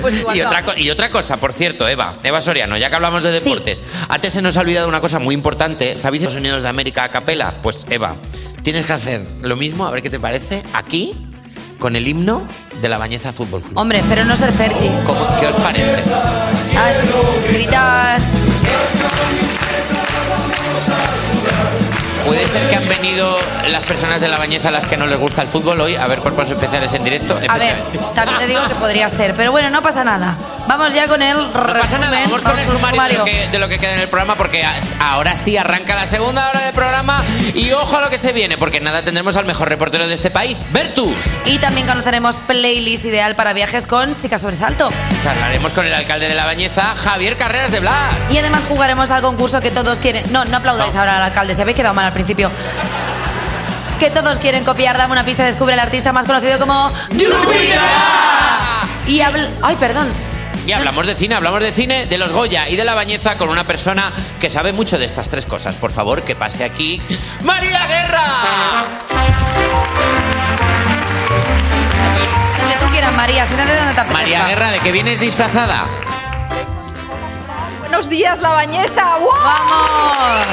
C: pues igual
D: Y
C: no.
D: otra, co- y otra cosa, por cierto, Eva, Eva Soriano, ya que hablamos de deportes, antes se nos ha olvidado una cosa muy importante. ¿Sabéis Estados Unidos de América a capela? Pues Eva, tienes que hacer lo mismo, a ver qué te parece, aquí, con el himno de la Bañeza Fútbol Club.
C: Hombre, pero no ser Fergie.
D: ¿Cómo- ¿Qué os parece?
C: Ah, gritar.
D: Puede ser que han venido las personas de la Bañeza a las que no les gusta el fútbol hoy a ver cuerpos especiales en directo.
C: A ver, también te digo que podría ser, pero bueno, no pasa nada. Vamos ya con el
D: No pasa nada,
C: resumen,
D: vamos con el sumario de lo,
C: sumario.
D: que, de lo que queda en el programa porque a- ahora sí arranca la segunda hora del programa y ojo a lo que se viene porque nada tendremos al mejor reportero de este país, Bertus.
C: Y también conoceremos playlist ideal para viajes con Chica Sobresalto.
D: Charlaremos con el alcalde de La Bañeza, Javier Carreras de Blas.
C: Y además jugaremos al concurso que todos quieren. No, no aplaudáis ahora al alcalde, se habéis quedado mal al principio. Que todos quieren copiar, dame una pista, descubre el artista más conocido como. Y habl- Ay, perdón.
D: Y hablamos de cine, hablamos de cine, de los Goya y de La Bañeza con una persona que sabe mucho de estas tres cosas. Por favor, que pase aquí. ¡María Guerra!
C: Donde tú quieras, María, siéntate donde te apetezca.
D: María Guerra, ¿de qué vienes disfrazada?
R: Buenos días, la bañeza. ¡Wow!
C: ¡Vamos!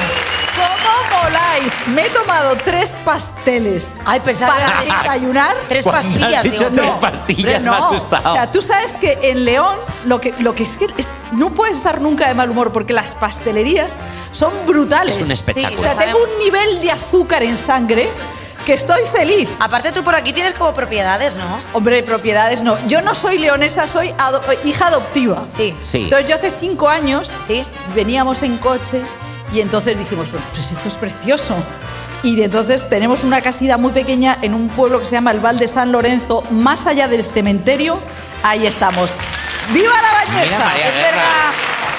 R: ¿Cómo mola Me he tomado tres pasteles. Ay,
C: pensaba que
R: para
C: era-
R: desayunar.
C: Tres Cuando has pastillas, dicho digo, tres no.
D: pastillas,
R: hombre,
D: me ha
R: no.
D: asustado.
R: O sea, tú sabes que en León lo que, lo que es que es- no puedes estar nunca de mal humor porque las pastelerías son brutales.
D: Es un espectáculo.
R: o sea,
D: Sí,
R: tengo un nivel de azúcar en sangre que estoy feliz.
C: Aparte tú por aquí tienes como propiedades, ¿no?
R: Hombre, propiedades no. Yo no soy leonesa, soy ado- hija adoptiva. Sí.
D: Sí.
R: Entonces yo hace cinco años veníamos en coche y entonces dijimos, pues, pues esto es precioso. Y de entonces tenemos una casita muy pequeña en un pueblo que se llama el Val de San Lorenzo, más allá del cementerio. Ahí estamos. ¡Viva la bañeza!
D: Mira, María
R: Es
D: Guerra.
R: verdad.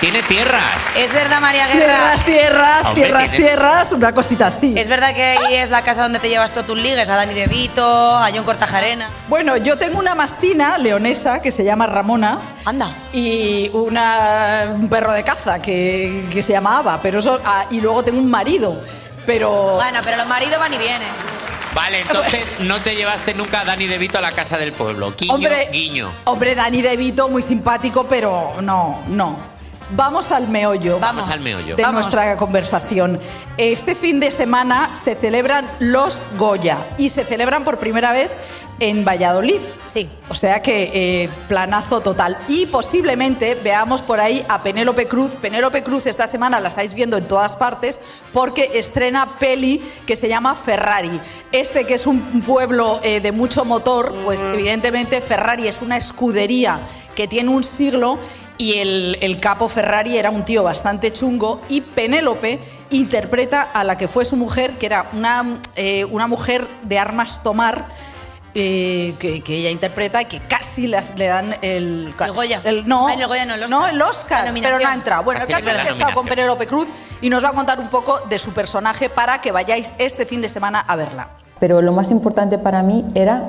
D: Tiene tierras.
C: Es verdad, María Guerra.
R: Tierras, tierras,
D: Hombre,
R: tierras,
D: tiene-
R: tierras, una cosita así.
C: Es verdad que ahí es la casa donde te llevas todos tus ligues, a Dani De Vito, a John Cortajarena.
R: Bueno, yo tengo una mastina leonesa que se llama Ramona. Anda. Y una, un perro de caza que, que se llama Ava. Pero eso, ah, y luego tengo un marido. Pero.
C: Bueno, pero los maridos van y vienen.
D: Vale, entonces no te llevaste nunca a Dani De Vito a la casa del pueblo. Guiño,
R: Hombre.
D: guiño.
R: Hombre, Dani De Vito, muy simpático, pero no, no. Vamos al meollo.
D: Vamos al meollo.
R: De
D: Vamos.
R: nuestra conversación. Este fin de semana se celebran los Goya y se celebran por primera vez en Valladolid. Sí. O sea que eh, planazo total. Y posiblemente veamos por ahí a Penélope Cruz. Penélope Cruz esta semana la estáis viendo en todas partes porque estrena peli que se llama Ferrari. Este que es un pueblo eh, de mucho motor, pues evidentemente Ferrari es una escudería que tiene un siglo y el, el capo Ferrari era un tío bastante chungo y Penélope interpreta a la que fue su mujer, que era una, eh, una mujer de armas tomar, eh, que, que ella interpreta y que casi le, le dan el... El Goya. no,
C: Ah, el Goya no, el Oscar.
R: No, el Oscar,
C: La nominación.
R: pero no ha entrado. Bueno, el
C: Así es,
R: caso es
C: la
R: que está con
C: nominación.
R: Penélope Cruz y nos va a contar un poco de su personaje para que vayáis este fin de semana a verla.
S: Pero lo más importante para mí era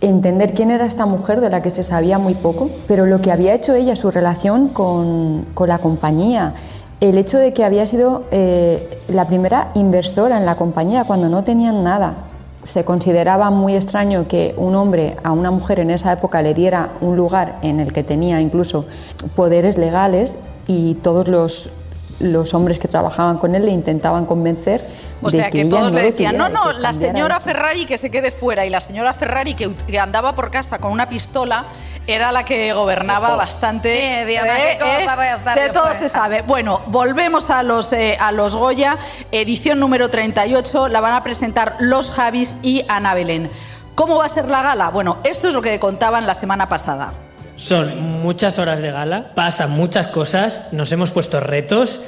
S: entender quién era esta mujer de la que se sabía muy poco, pero lo que había hecho ella, su relación con, con la compañía, el hecho de que había sido eh, la primera inversora en la compañía cuando no tenían nada. Se consideraba muy extraño que un hombre a una mujer en esa época le diera un lugar en el que tenía incluso poderes legales y todos los, los hombres que trabajaban con él le intentaban convencer
R: O
S: de
R: sea, que
S: ella
R: todos le
S: lo
R: decían, no,
S: quería,
R: no,
S: de que
R: la
S: cambiara de
R: señora Ferrari que se quede fuera y la señora Ferrari que, ut- que andaba por casa con una pistola era la que gobernaba bastante. ¿eh?
C: Diana, qué cosa voy a estar
R: de
C: yo
R: todo
C: fuera.
R: se sabe. Bueno, volvemos a los, eh, a los Goya, edición número 38, la van a presentar los Javis y Ana Belén. ¿Cómo va a ser la gala? Bueno, esto es lo que contaban la semana pasada.
T: Son muchas horas de gala, pasan muchas cosas, nos hemos puesto retos,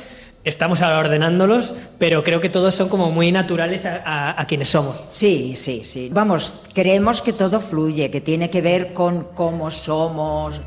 T: estamos ahora ordenándolos, pero creo que todos son como muy naturales a, a- a quienes somos.
U: Sí, sí, sí. Vamos, creemos que todo fluye, que tiene que ver con cómo somos.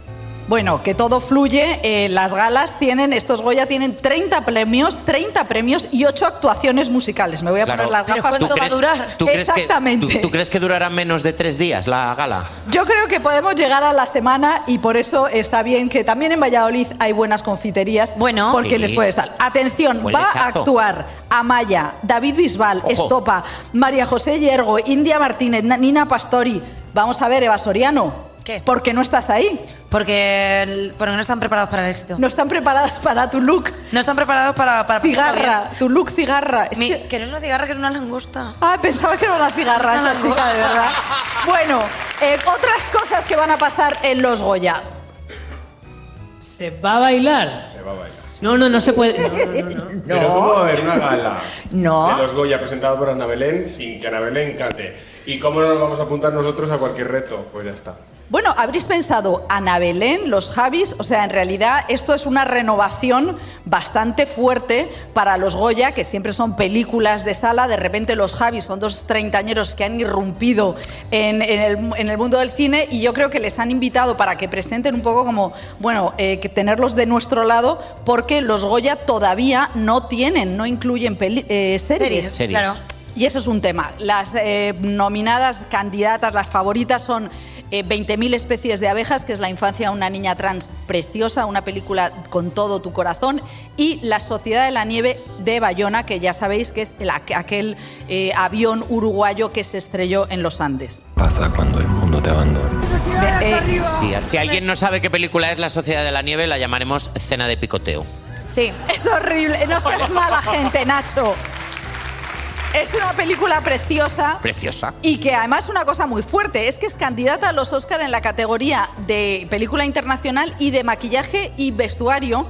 R: Bueno, que todo fluye. eh, las galas tienen, estos Goya tienen 30 premios, 30 premios y 8 actuaciones musicales. Me voy a poner las gafas.
D: ¿Tú crees- tú crees que-
R: Exactamente.
D: tú, tú crees que durará menos de tres días la gala?
R: Yo creo que podemos llegar a la semana y por eso está bien que también en Valladolid hay buenas confiterías. Bueno, porque
D: Sí.
R: les puede estar. Atención,
D: Huele
R: va a
D: chato.
R: actuar Amaya, David Bisbal, Estopa, María José Yergo, India Martínez, Na- Nina Pastori. Vamos a ver, Eva Soriano. ¿Qué? ¿Por qué no estás ahí?
C: Porque, el- porque no están preparados para el éxito.
R: No están preparadas para tu look.
C: No están preparados para... para
R: Cigarra, tu look cigarra. Es
C: Mi-
R: que-
C: que no es una cigarra, que es una langosta.
R: Ah, pensaba que era una cigarra
C: Una
R: esa chica, de
C: langosta.
R: verdad. Bueno, eh, otras cosas que van a pasar en los Goya.
T: ¿Se va a bailar? Se va a bailar. No, no, no se puede. no, no, no.
V: Pero ¿cómo va a haber una gala
T: No.
V: de los Goya presentado por Ana Belén sin que Ana Belén cante? ¿Y cómo no nos vamos a apuntar nosotros a cualquier reto? Pues ya está.
R: Bueno, habréis pensado, Ana Belén, los Javis, o sea, en realidad esto es una renovación bastante fuerte para los Goya, que siempre son películas de sala, de repente los Javis son dos treintañeros que han irrumpido en, en el, en el mundo del cine y yo creo que les han invitado para que presenten un poco como, bueno, eh, que tenerlos de nuestro lado, porque los Goya todavía no tienen, no incluyen peli- eh, series.
C: Series, Series. claro.
R: Y eso es un tema. Las eh, nominadas candidatas, las favoritas son eh, 20.000 especies de abejas, que es la infancia de una niña trans preciosa, una película con todo tu corazón, y La Sociedad de la Nieve de Bayona, que ya sabéis que es el aqu- aquel eh, avión uruguayo que se estrelló en los Andes.
D: Pasa cuando el mundo te abandona.
R: Ve- eh,
D: si alguien no sabe qué película es La Sociedad de la Nieve, la llamaremos Cena de Picoteo.
R: Sí. Es horrible. No seas mala gente, Nacho. Es una película preciosa.
D: Preciosa.
R: Y que además una cosa muy fuerte es que es candidata a los Oscar en la categoría de película internacional y de maquillaje y vestuario.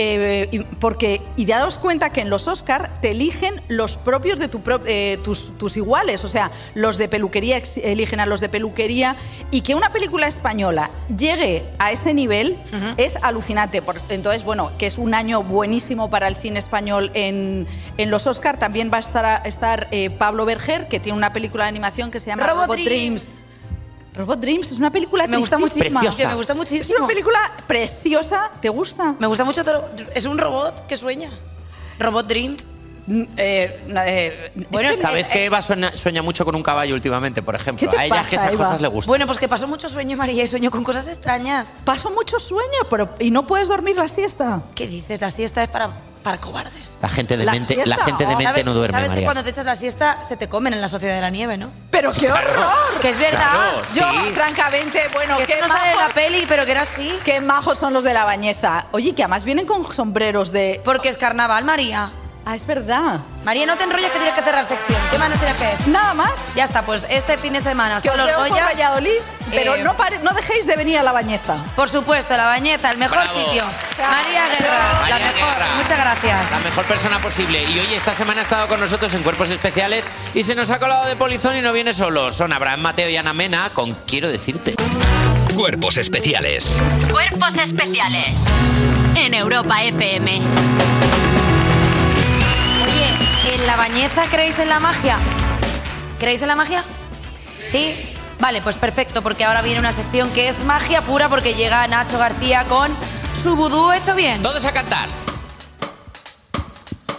R: eh, y- porque, y ya daos cuenta que en los Oscar te eligen los propios de tu pro- eh, tus, tus iguales, o sea, los de peluquería ex- eligen a los de peluquería, y que una película española llegue a ese nivel es alucinante. Por- entonces, bueno, que es un año buenísimo para el cine español en, en los Oscar. También va a estar, a estar, eh, Pablo Berger, que tiene una película de animación que se llama
C: Robot
R: Robot, Dreams. Robot Dreams es una película
C: Me gusta
R: tristísima.
C: muchísimo. Preciosa. Me gusta muchísimo.
R: Es una película preciosa. ¿Te gusta?
C: Me gusta mucho todo. Es un robot que sueña. Robot Dreams.
R: Mm, eh,
C: bueno,
D: Sabes que Eva suena- sueña mucho con un caballo últimamente, por ejemplo.
C: ¿Qué te
D: A ella es que
C: pasa,
D: esas
C: Eva?
D: cosas le gustan.
C: Bueno, pues que pasó mucho sueño, María, y sueño con cosas extrañas.
R: Paso mucho sueño, pero ¿y no puedes dormir la siesta?
C: ¿Qué dices? La siesta es para, para cobardes.
D: la gente de mente, la gente de mente
C: ¿Sabes-
D: no duerme,
C: Sabes que
D: María.
C: cuando te echas la siesta se te comen en la sociedad de la nieve, ¿no?
R: Pero qué horror.
C: Que es verdad.
R: Claro, sí. francamente, bueno,
C: que
R: qué
C: esto no sale en la
R: majos.
C: peli, pero que era así.
R: Qué majos son los de la bañeza. Oye, que además vienen con sombreros de.
C: Porque es carnaval, María.
R: Ah, es verdad.
C: María, no te enrolles que tienes que cerrar sección. ¿Qué más nos tienes que decir?
R: Nada más.
C: Ya está, pues este fin de semana
R: Que
C: son
R: os
C: los
R: veo por
C: Goya.
R: Valladolid, pero
C: Eh,
R: no, pare- no dejéis de venir a la bañeza.
C: Por supuesto, la bañeza, el mejor
D: Bravo.
C: sitio. María Guerra, la
D: María
C: mejor.
D: Guerra.
C: Muchas gracias.
D: La mejor persona posible. Y hoy esta semana ha estado con nosotros en Cuerpos Especiales y se nos ha colado de polizón y no viene solo. Son Abraham Mateo y Ana Mena con Quiero decirte.
A: Cuerpos especiales.
B: Cuerpos especiales en Europa FM.
C: Oye, ¿en la bañeza creéis en la magia? ¿Creéis en la magia? ¿Sí? Vale, pues perfecto, porque ahora viene una sección que es magia pura porque llega Nacho García con su vudú hecho bien.
D: Todos a cantar.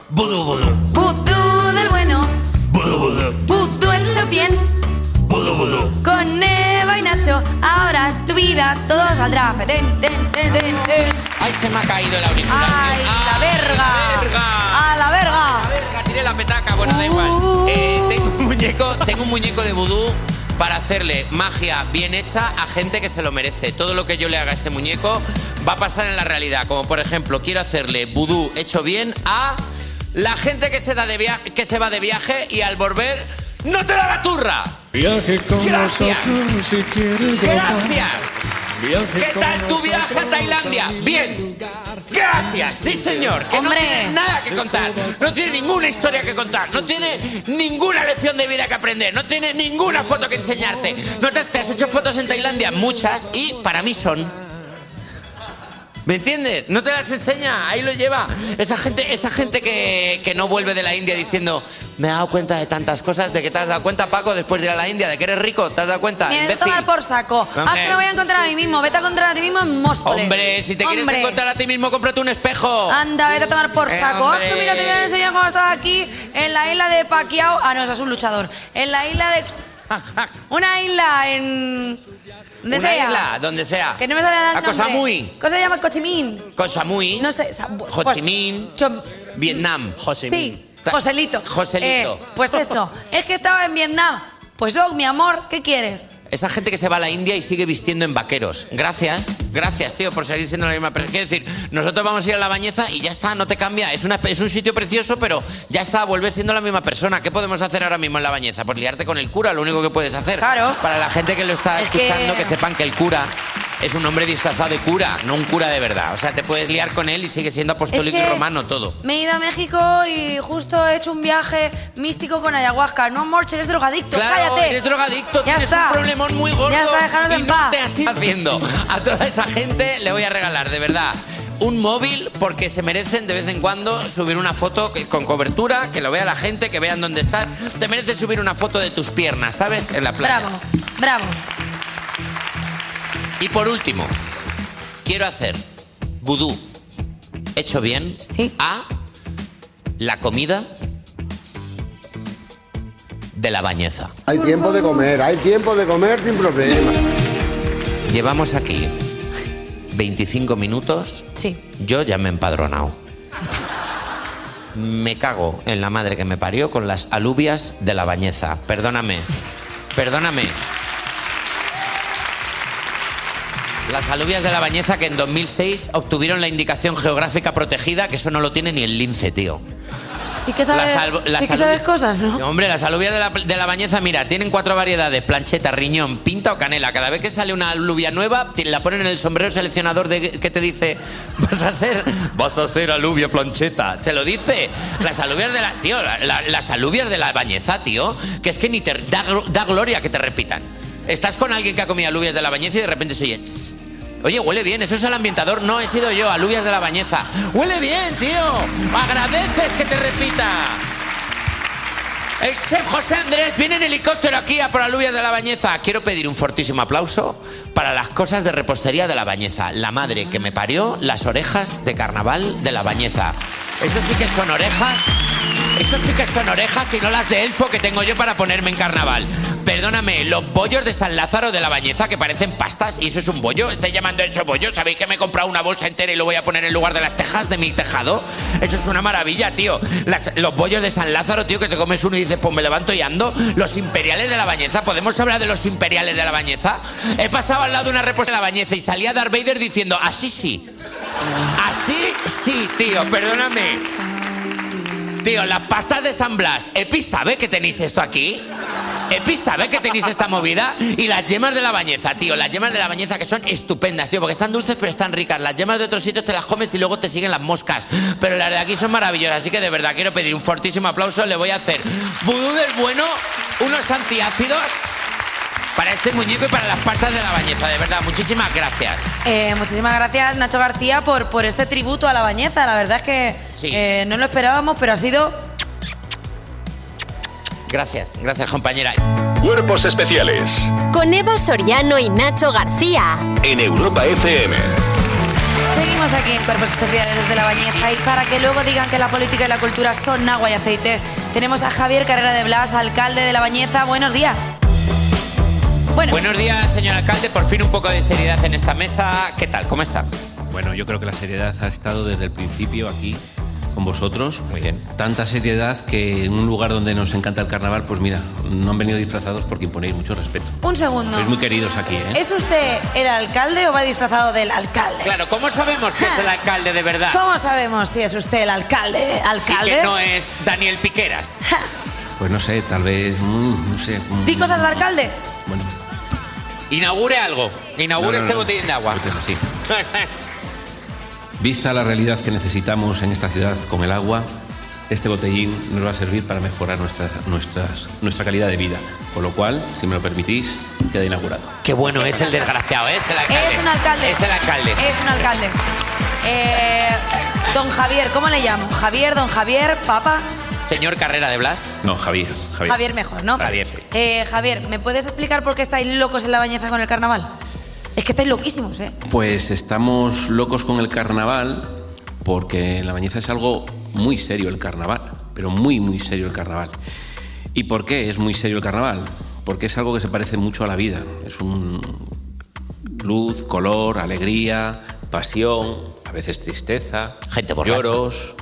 D: Vudú, vudú.
C: Vudú del bueno, vudú hecho bien. Con Eva y Nacho, ahora tu vida todo saldrá. fe, ten, ten, ten, ten, ten.
D: Ay, se me ha caído el auricular.
C: ¡Ay, la verga!
D: la verga.
C: ¡A la verga!
D: Venga, tiré la petaca, bueno, da igual. Eh, tengo, un muñeco, tengo un muñeco de vudú para hacerle magia bien hecha a gente que se lo merece. Todo lo que yo le haga a este muñeco va a pasar en la realidad. Como por ejemplo, quiero hacerle vudú hecho bien a la gente que se, da de via- que se va de viaje y al volver no te da la turra.
O: Viaje con
D: Gracias.
O: nosotros si quieres gozar.
D: Gracias.
O: Viaje
D: ¿Qué
O: con
D: tal tu
O: nosotros
D: viaje a Tailandia? Bien. Gracias, sí señor, que
C: Hombre.
D: no tiene nada que contar, no tiene ninguna historia que contar, no tiene ninguna lección de vida que aprender, no tiene ninguna foto que enseñarte. ¿No te, te has hecho fotos en Tailandia? Muchas y para mí son. ¿Me entiendes? No te las enseña, ahí lo lleva. Esa gente, esa gente que, que no vuelve de la India diciendo, me he dado cuenta de tantas cosas, de que te has dado cuenta, Paco, después de ir a la India, de que eres rico, te has dado cuenta,
C: Me voy a
D: imbécil.
C: tomar por saco. Haz
D: Hombre.
C: que me voy a encontrar a mí mismo. Vete a encontrar a ti mismo en Móstoles.
D: Hombre, si te quieres
C: Hombre.
D: encontrar a ti mismo, cómprate un espejo.
C: Anda, vete a tomar por
D: Eh,
C: saco.
D: hombre.
C: Hostia, mira, te voy a enseñar cómo estaba aquí en la isla de Paquiao. Ah, no, esa es un luchador. En la isla de. Una isla en. ¿Dónde
D: Una
C: sea?
D: isla, donde sea.
C: Que no me sale el
D: A
C: nombre.
D: cosa muy.
C: Cosa se llama Cochimín.
D: Cosa muy.
C: No sé. sa-
D: Ho
C: pues-
D: Chi Minh.
C: Chom-
D: Vietnam.
C: Sí, Joselito.
D: Joselito.
C: Eh, pues eso. Es que estaba en Vietnam. Pues, oh, mi amor, ¿qué quieres?
D: Esa gente que se va a la India y sigue vistiendo en vaqueros. Gracias, gracias, tío, por seguir siendo la misma persona. Quiero decir, nosotros vamos a ir a la bañeza y ya está, no te cambia. Es, una, es un sitio precioso, pero ya está, vuelves siendo la misma persona. ¿Qué podemos hacer ahora mismo en la bañeza? Pues liarte con el cura, lo único que puedes hacer. Claro. Para la gente que lo está
C: Es que-
D: escuchando, que... sepan que el cura es un hombre disfrazado de cura, no un cura de verdad. O sea, te puedes liar con él y sigue siendo apostólico
C: que-
D: y romano todo.
C: Me he ido a México y justo he hecho un viaje místico con ayahuasca. No, Morche, eres drogadicto,
D: Claro,
C: cállate.
D: eres drogadicto,
C: ya
D: tienes
C: está.
D: un problemón muy gordo.
C: Ya está, dejaros
D: y
C: en
D: no
C: paz.
D: te has ido haciendo. A toda esa gente le voy a regalar, de verdad, un móvil porque se merecen de vez en cuando subir una foto que- con cobertura, que lo vea la gente, que vean dónde estás. Te mereces subir una foto de tus piernas, ¿sabes? En la playa.
C: Bravo, bravo.
D: Y por último, quiero hacer vudú hecho bien a la comida de la bañeza.
W: Hay tiempo de comer, hay tiempo de comer sin problema.
D: Llevamos aquí 25 minutos.
C: Sí.
D: Yo ya me he empadronado. Me cago en la madre que me parió con las alubias de la bañeza. Perdóname. Perdóname. Las alubias de la bañeza que en 2006 obtuvieron la indicación geográfica protegida, que eso no lo tiene ni el lince, tío.
C: Sí que sabes,
D: Las albo- las
C: sí que
D: alubias-
C: sabes cosas, ¿no?
D: Hombre, las alubias de la, de la bañeza, mira, tienen cuatro variedades: plancheta, riñón, pinta o canela. Cada vez que sale una alubia nueva, te la ponen en el sombrero seleccionador de que te dice: Vas a ser, vas a ser alubia plancheta. Te lo dice. Las alubias de la. Tío, la- la- las alubias de la bañeza, tío, que es que ni te da, glo- da gloria que te repitan. Estás con alguien que ha comido alubias de la bañeza y de repente se oye. Oye, huele bien, eso es el ambientador, no he sido yo, alubias de la bañeza. Huele bien, tío. Agradeces que te repita. El chef José Andrés viene en helicóptero aquí a por alubias de la Bañeza. Quiero pedir un fortísimo aplauso para las cosas de repostería de la Bañeza. La madre que me parió las orejas de carnaval de la Bañeza. Eso sí que son orejas. Eso sí que son orejas y no las de elfo que tengo yo para ponerme en carnaval. Perdóname, los bollos de San Lázaro de la Bañeza que parecen pastas y eso es un bollo. ¿Estáis llamando eso bollo? ¿Sabéis que me he comprado una bolsa entera y lo voy a poner en lugar de las tejas de mi tejado? Eso es una maravilla, tío. Las- los bollos de San Lázaro, tío, que te comes uno y dices, pues me levanto y ando. Los imperiales de la Bañeza. ¿Podemos hablar de los imperiales de la Bañeza? He pasado al lado de una reposta de la Bañeza y salía Darth Vader diciendo, así sí. Así sí, tío, perdóname. Tío, las pastas de San Blas. Epi sabe que tenéis esto aquí. Epi sabe que tenéis esta movida. Y las yemas de la bañeza, tío. Las yemas de la bañeza que son estupendas, tío. Porque están dulces pero están ricas. Las yemas de otros sitios te las comes y luego te siguen las moscas. Pero las de aquí son maravillosas. Así que de verdad quiero pedir un fortísimo aplauso. Le voy a hacer vudú del bueno, unos antiácidos para este muñeco y para las pastas de la bañeza. De verdad, muchísimas gracias.
C: Eh, muchísimas gracias, Nacho García, por, por este tributo a la bañeza. La verdad es que
D: Sí.
C: eh, no lo esperábamos, pero ha sido
D: Gracias, gracias compañera.
H: Cuerpos especiales
B: Con Eva Soriano y Nacho García.
H: en Europa FM.
C: Seguimos aquí en Cuerpos Especiales de la Bañeza y para que luego digan que la política y la cultura son agua y aceite, tenemos a Javier Carrera de Blas, alcalde de la Bañeza. Buenos días.
D: Buenos días, señor alcalde. Por fin un poco de seriedad en esta mesa. ¿Qué tal? ¿Cómo está?
E: Bueno, yo creo que la seriedad ha estado desde el principio aquí con vosotros. Muy bien. Tanta seriedad que en un lugar donde nos encanta el carnaval, pues mira, no han venido disfrazados porque imponéis mucho respeto.
C: Un segundo.
D: Pues
E: Sois muy queridos aquí, ¿eh?
C: ¿Es usted el alcalde o va disfrazado del alcalde?
D: Claro, ¿cómo sabemos que es el alcalde de verdad?
C: ¿Cómo sabemos si es usted el alcalde?
D: Y que
C: ¿Alcalde?
D: no eh. es Daniel Piqueras.
E: Pues no sé, tal vez, mm, no sé. mm.
C: ¿Di cosas de alcalde?
D: Inaugure algo. Inaugure
E: No, no,
D: este
E: no.
D: botellín de agua.
E: Sí. Vista la realidad que necesitamos en esta ciudad con el agua, este botellín nos va a servir para mejorar nuestras, nuestras, nuestra calidad de vida. Con lo cual, si me lo permitís, queda inaugurado.
D: Qué bueno es el desgraciado, ¿eh? Es el alcalde.
C: Es un alcalde.
D: Es el alcalde.
C: Es un alcalde. Eh, don Javier, ¿cómo le llamo? Javier, don Javier, papa.
D: Señor Carrera de Blas.
E: No, Javier. Javier,
C: Javier mejor, ¿no?
E: Javier.
C: Eh, Javier, ¿me puedes explicar por qué estáis locos en la bañeza con el carnaval? Es que estáis loquísimos, ¿eh?
E: Pues estamos locos con el carnaval porque en la bañeza es algo muy serio el carnaval, pero muy, muy serio el carnaval. ¿Y por qué es muy serio el carnaval? Porque es algo que se parece mucho a la vida. Es un luz, color, alegría, pasión, a veces tristeza, Gente lloros.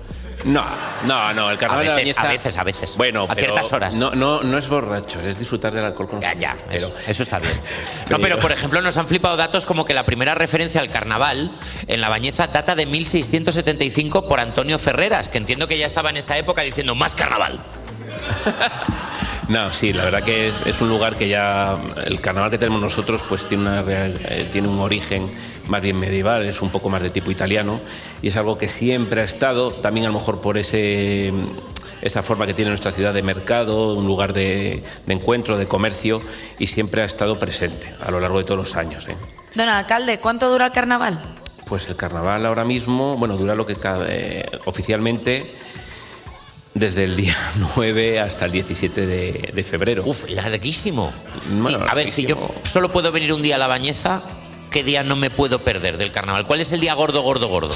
E: No, no, no, el carnaval
D: A
E: de la
D: veces,
E: bañeza...
D: a veces, a veces.
E: Bueno,
D: a
E: pero
D: ciertas horas.
E: No, no, no es borracho, es disfrutar del alcohol con los amigos, pero-
D: Eso está bien. No, pero por ejemplo nos han flipado datos como que la primera referencia al carnaval en la bañeza data de 1675 por Antonio Ferreras, que entiendo que ya estaba en esa época diciendo más carnaval.
E: No, sí, la verdad que es, es un lugar que ya el carnaval que tenemos nosotros pues tiene, una real- eh, tiene un origen más bien medieval, es un poco más de tipo italiano y es algo que siempre ha estado, también a lo mejor por ese, esa forma que tiene nuestra ciudad de mercado, un lugar de, de encuentro, de comercio y siempre ha estado presente a lo largo de todos los años. ¿eh?
C: Don alcalde, ¿cuánto dura el carnaval?
E: Pues el carnaval ahora mismo, bueno, dura lo que ca- eh, oficialmente desde el día 9 hasta el 17 de, de febrero.
D: Uf, larguísimo.
E: Oh, Bueno,
D: Sí, a ver, si yo solo puedo venir un día a la bañeza, ¿qué día no me puedo perder del carnaval? ¿Cuál es el día gordo, gordo, gordo?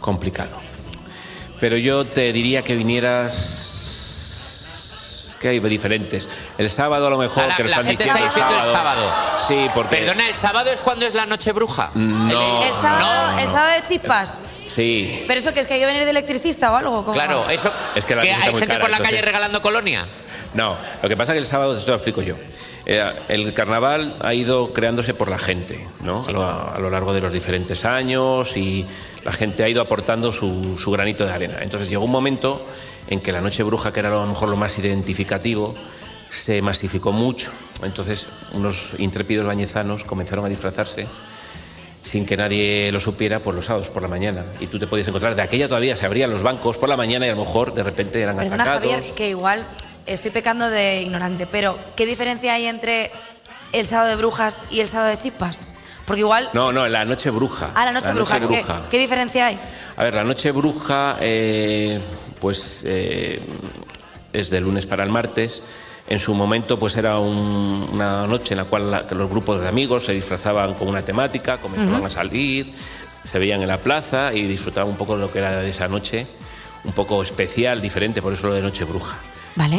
E: complicado. Pero yo te diría que vinieras. Que hay diferentes. El sábado a lo mejor
D: Ahora,
E: que nos
D: la
E: han
D: gente
E: dicho
D: está
E: que
D: diciendo el
E: Sí, porque.
D: Perdona, ¿el sábado es cuando es la noche bruja? Eh, Oh,
E: No.
C: el, sábado,
E: no, no.
C: el sábado de chispas.
E: Sí.
C: ¿Pero eso que es que hay que venir de electricista o algo? ¿Cómo
D: Claro,
C: va?
D: eso.
E: Es eh, que la
D: ¿Que hay
E: gente está muy
D: gente
E: cara,
D: por la
E: entonces-
D: calle regalando colonia.
E: No, lo que pasa es que el sábado, esto lo explico yo. Eh, el carnaval ha ido creándose por la gente, ¿no? A, lo, a lo largo de los diferentes años y la gente ha ido aportando su, su granito de arena. Entonces llegó un momento en que la noche bruja, que era a lo mejor lo más identificativo, se masificó mucho. Entonces unos intrépidos bañezanos comenzaron a disfrazarse sin que nadie lo supiera por los sábados por la mañana. Y tú te podías encontrar, de aquella todavía se abrían los bancos por la mañana y a lo mejor de repente eran
C: Perdona,
E: atacados.
C: Javier, que igual estoy pecando de ignorante, pero ¿qué diferencia hay entre el sábado de brujas y el sábado de chispas? Porque igual.
E: No, no, en la noche bruja.
C: Ah, la noche bruja. ¿qué-
E: bruja.
C: ¿Qué, diferencia hay?
E: A ver, la noche bruja, eh, pues eh, es de lunes para el martes. En su momento, pues era un- una noche en la cual la- que los grupos de amigos se disfrazaban con una temática, comenzaban
F: Ujú.
E: a salir, se veían en la plaza y disfrutaban un poco de lo que era de esa noche, un poco especial, diferente, por eso lo de noche bruja.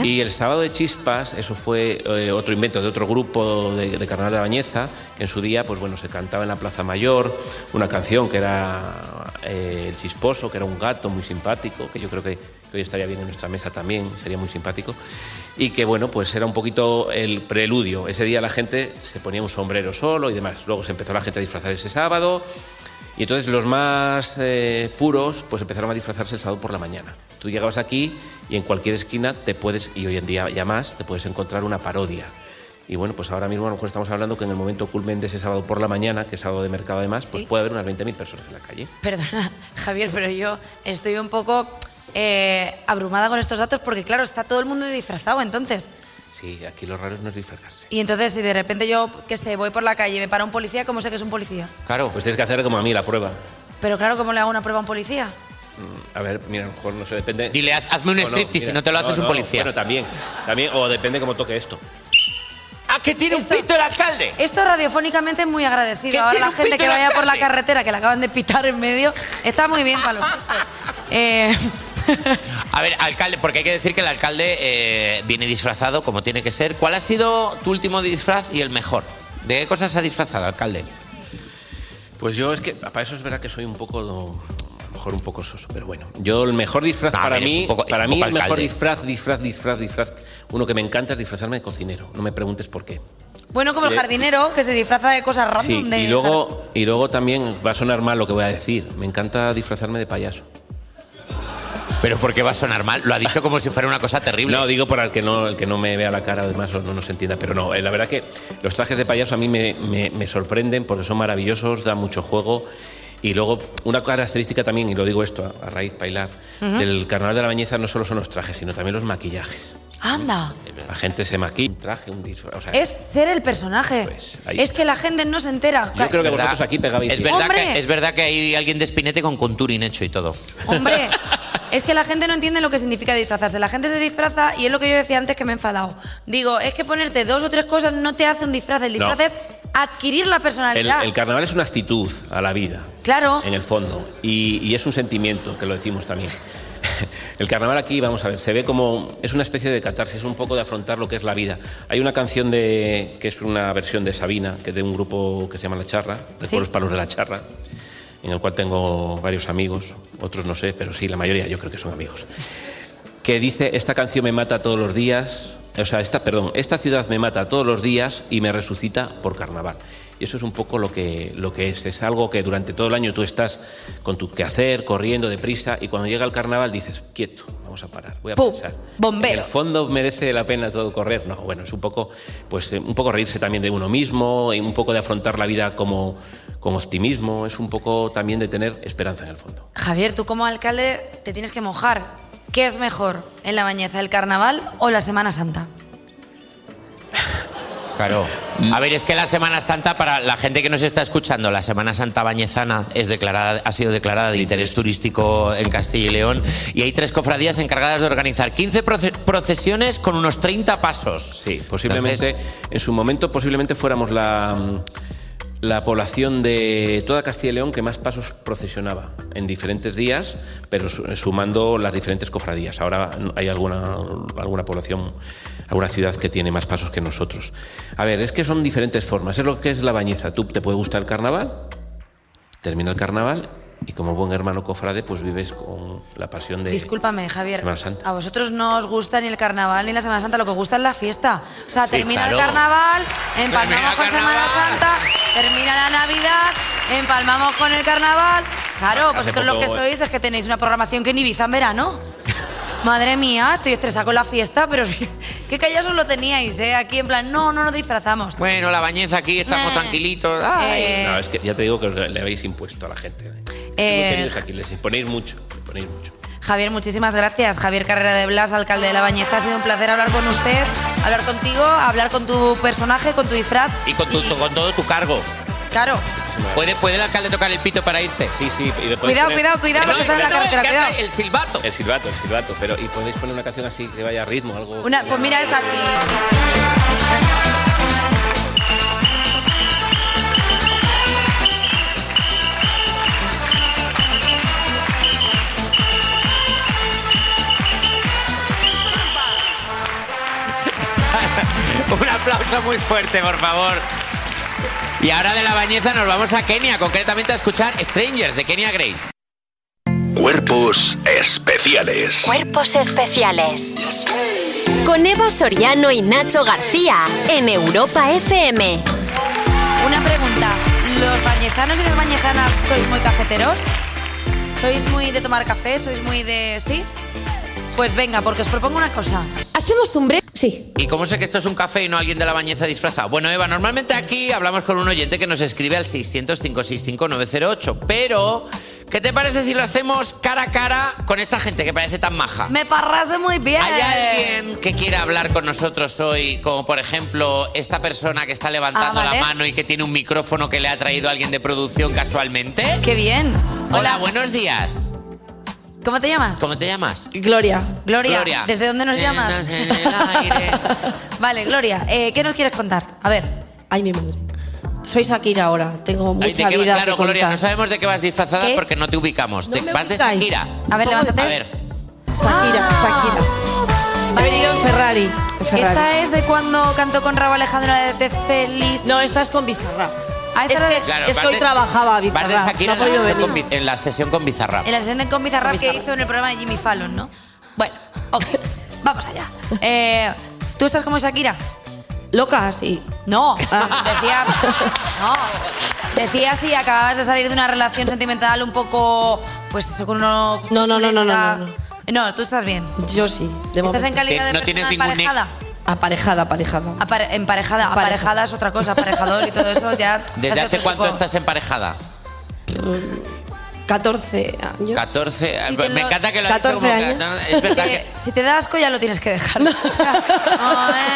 E: Y el sábado de chispas, eso fue eh, otro invento de otro grupo de, de Carnaval de la Bañeza, que en su día, pues bueno, se cantaba en la Plaza Mayor una canción que era eh, El Chisposo, que era un gato muy simpático, que yo creo que, que hoy estaría bien en nuestra mesa también, sería muy simpático, y que bueno, pues era un poquito el preludio. Ese día la gente se ponía un sombrero solo y demás. Luego se empezó la gente a disfrazar ese sábado, y entonces los más eh, puros pues empezaron a disfrazarse el sábado por la mañana. Tú llegabas aquí y en cualquier esquina te puedes, y hoy en día ya más, te puedes encontrar una parodia. Y bueno, pues ahora mismo a lo mejor estamos hablando que en el momento culmen de ese sábado por la mañana, que es sábado de mercado además, pues puede haber unas 20.000 personas en la calle.
C: Perdona, Javier, pero yo estoy un poco eh, abrumada con estos datos porque, claro, está todo el mundo disfrazado entonces.
E: Sí, aquí lo raro no es disfrazarse.
C: Y entonces, si de repente yo, qué sé, voy por la calle y me para un policía, ¿cómo sé que es un policía?
E: Claro. Pues tienes que hacer como a mí la prueba.
C: Pero claro, ¿cómo le hago una prueba a un policía?
E: Mm, A ver, mira, a lo mejor no sé, depende.
D: Dile, haz- hazme un
E: O no,
D: striptease,
E: mira,
D: no te lo haces un policía.
E: Bueno, también, también, o depende cómo toque esto.
D: ¡Ah, que tiene un pito el alcalde!
C: Esto radiofónicamente es muy agradecido. Ahora
D: tiene
C: la
D: un
C: gente
D: pito
C: que
D: en la
C: vaya por la
D: calle.
C: carretera, que la acaban de pitar en medio, está muy bien para los gustos. Eh,
D: A ver, alcalde, porque hay que decir que el alcalde eh, viene disfrazado como tiene que ser. ¿Cuál ha sido tu último disfraz y el mejor? ¿De qué cosas se ha disfrazado, alcalde?
E: Pues yo es que para eso es verdad que soy un poco a lo mejor un poco soso, pero bueno. Yo el mejor disfraz
D: No,
E: para
D: eres
E: mí,
D: un poco- es
E: para
D: un
E: mí
D: poco
E: el mejor
D: alcalde.
E: disfraz, disfraz, disfraz, disfraz. Uno que me encanta es disfrazarme de cocinero. No me preguntes por qué.
C: bueno, como el
E: Le-
C: jardinero, que se disfraza de cosas random.
E: Sí,
C: de
E: y luego y luego también va a sonar mal lo que voy a decir. Me encanta disfrazarme de payaso.
D: Pero ¿por qué va a sonar mal? Lo ha dicho como si fuera una cosa terrible.
E: No, digo para el que no, el que no me vea la cara, además o no nos entienda, pero no, eh, la verdad que los trajes de payaso a mí me, me- me sorprenden porque son maravillosos, dan mucho juego. Y luego, una característica también, y lo digo esto a, a raíz bailar,
C: Ujú.
E: del carnaval de la bañeza no solo son los trajes, sino también los maquillajes.
C: Anda,
E: La gente se maquilla, un traje, un disfraz. O sea,
C: es ser el personaje.
E: Pues ahí-
C: es que la gente no se entera.
E: Yo creo que vosotros aquí pegabais.
D: Es
E: bien.
D: verdad,
C: ¡Hombre!
D: que, es verdad que hay alguien de espinete con conturing hecho y todo.
C: Hombre, es que la gente no entiende lo que significa disfrazarse. La gente se disfraza y es lo que yo decía antes que me he enfadado. Digo, es que ponerte dos o tres cosas no te hace un disfraz. El disfraz
E: No.
C: es adquirir la
E: El,
C: personalidad.
E: el carnaval es una actitud a la vida.
C: Claro.
E: En el fondo. Y, y es un sentimiento, que lo decimos también. El carnaval aquí, vamos a ver, se ve como. Es una especie de catarsis, un poco de afrontar lo que es la vida. Hay una canción de, que es una versión de Sabina, que es de un grupo que se llama La Charra, Recuerdo los Palos de la Charra, en el cual tengo varios amigos, otros no sé, pero sí, la mayoría yo creo que son amigos. Que dice: Esta canción me mata todos los días, o sea, esta, perdón, esta ciudad me mata todos los días y me resucita por carnaval. Y eso es un poco lo que, lo que es. Es algo que durante todo el año tú estás con tu quehacer, corriendo deprisa, y cuando llega el carnaval dices, quieto, vamos a parar, voy a
C: Pum,
E: pensar.
C: bombero.
E: ¿En el fondo merece la pena todo correr? No, bueno, es un poco, pues, eh, un poco reírse también de uno mismo, y un poco de afrontar la vida como, con optimismo, es un poco también de tener esperanza en el fondo.
C: Javier, tú como alcalde te tienes que mojar. ¿Qué es mejor, en la bañeza, el carnaval o la Semana Santa?
D: Claro.
E: Mm.
D: A ver, es que la Semana Santa, para la gente que nos está escuchando, la Semana Santa Bañezana es declarada, ha sido declarada de interés turístico en Castilla y León y hay tres cofradías encargadas de organizar 15 proce- procesiones con unos 30 pasos.
E: Sí, posiblemente, en su momento, posiblemente fuéramos la, mm, la población de toda Castilla y León que más pasos procesionaba en diferentes días, pero su- eh, sumando las diferentes cofradías. Ahora no- hay alguna, alguna población, alguna ciudad que tiene más pasos que nosotros. A ver, es que son diferentes formas. Es lo que es la bañeza. Tú te puede gustar el carnaval, termina el carnaval Y como buen hermano cofrade, pues vives con la pasión de
C: Discúlpame, Javier.
E: Semana Santa.
C: A vosotros no os gusta ni el carnaval ni la Semana Santa, lo que os gusta es la fiesta. O sea,
E: Sí,
C: termina el
E: claro.
C: carnaval,
E: Termina
C: empalmamos
E: el
C: con Semana Santa, termina la Navidad, empalmamos con el carnaval. Claro,
E: Hace
C: vosotros lo
E: poco-
C: que sois es que tenéis una programación que en Ibiza en verano. Madre mía, estoy estresada con la fiesta, pero qué callados lo teníais, ¿eh? Aquí en plan, no, no nos disfrazamos.
D: Bueno, la bañeza aquí, estamos tranquilitos.
C: Ay. Eh.
E: No, es que ya te digo que os le habéis impuesto a la gente.
C: Eh,
E: Muy queridos aquí, les imponéis mucho, les imponéis mucho.
C: Javier, muchísimas gracias. Javier Carrera de Blas, alcalde de La Bañeza. Ha sido un placer hablar con usted, hablar contigo, hablar con tu personaje, con tu disfraz.
D: Y con, tu- tu- con todo tu cargo.
C: Claro,
D: ¿Puede, ¿Puede el alcalde tocar el pito para irse?
E: Sí, sí. Y después
D: Pues
C: cuidado,
E: poner-
C: cuidado, cuidado, lo que está en la carretera, cuidado.
D: El silbato.
E: El silbato, el silbato. Pero, ¿y podéis poner una canción así que vaya a ritmo? algo
C: Una, pues mira esta aquí.
D: Un aplauso muy fuerte, por favor. Y ahora de la bañeza nos vamos a Kenia, concretamente a escuchar Strangers de Kenia Grace.
H: Cuerpos especiales.
B: Cuerpos especiales. Con Evo Soriano y Nacho García en Europa FM.
C: Una pregunta. ¿Los bañezanos y las bañezanas sois muy cafeteros? ¿Sois muy de tomar café? ¿Sois muy de...? ¿Sí? Pues venga, porque os propongo una cosa. ¿Hacemos un break? Sí.
D: ¿Y cómo sé que esto es un café y no alguien de la bañeza disfrazado? Bueno, Eva, normalmente aquí hablamos con un oyente que nos escribe al 600-565-908. Pero, ¿qué te parece si lo hacemos cara a cara con esta gente que parece tan maja?
C: Me parrase muy bien.
D: ¿Hay alguien que quiera hablar con nosotros hoy? Como por ejemplo esta persona que está levantando
C: Ah, vale.
D: la mano y que tiene un micrófono que le ha traído alguien de producción casualmente.
C: Qué bien.
D: Hola, buenos días.
C: ¿Cómo te llamas?
D: ¿Cómo te llamas?
C: Gloria. Gloria.
D: Gloria.
C: ¿Desde dónde nos
D: Eh,
C: llamas? vale, Gloria, eh, ¿qué nos quieres contar? A ver. Ay, mi madre. Soy Shakira ahora. Tengo
D: Ay, ¿de qué vas? claro, Gloria, no sabemos de qué vas disfrazada porque no te ubicamos. Te- vas de Shakira.
C: A ver, levántate.
D: A ver,
C: Shakira, Shakira. He venido en Ferrari. Esta es de cuando cantó con Raúl Alejandro la de Te Feliz. No, esta es con Bizarra. Ah, esta es,
D: claro, vas de- Vas de Shakira en, la sesión con, Bi- en la sesión con Bizarrap.
C: En la sesión de con Bizarrap que hizo en el programa de Jimmy Fallon, ¿no? Bueno, ok, vamos allá. Eh, ¿Tú estás como Shakira? Loca, sí. No,
T: Ah.
C: decía. No. Decía si acababas de salir de una relación sentimental un poco. Pues eso, con uno.
F: No, no, no, no, no,
C: violenta.
F: no,
C: No, tú estás bien.
F: Yo sí. De
C: ¿Estás
F: momento.
C: en calidad
D: Eh,
C: de persona emparejada?
F: Aparejada, aparejada.
C: Apare- emparejada. Aparejada es otra cosa, aparejador y todo eso ya.
D: ¿Desde
C: hace
D: hace
C: otro
D: cuánto
C: tipo.
D: estás emparejada?
F: 14 años.
D: 14.
F: Y
D: eh, Me
F: te lo-
D: encanta que lo has dicho
F: 14
D: como que-
F: años.
D: no, no, Es verdad que.
C: Eh, Si te da asco ya lo tienes que dejar. O sea,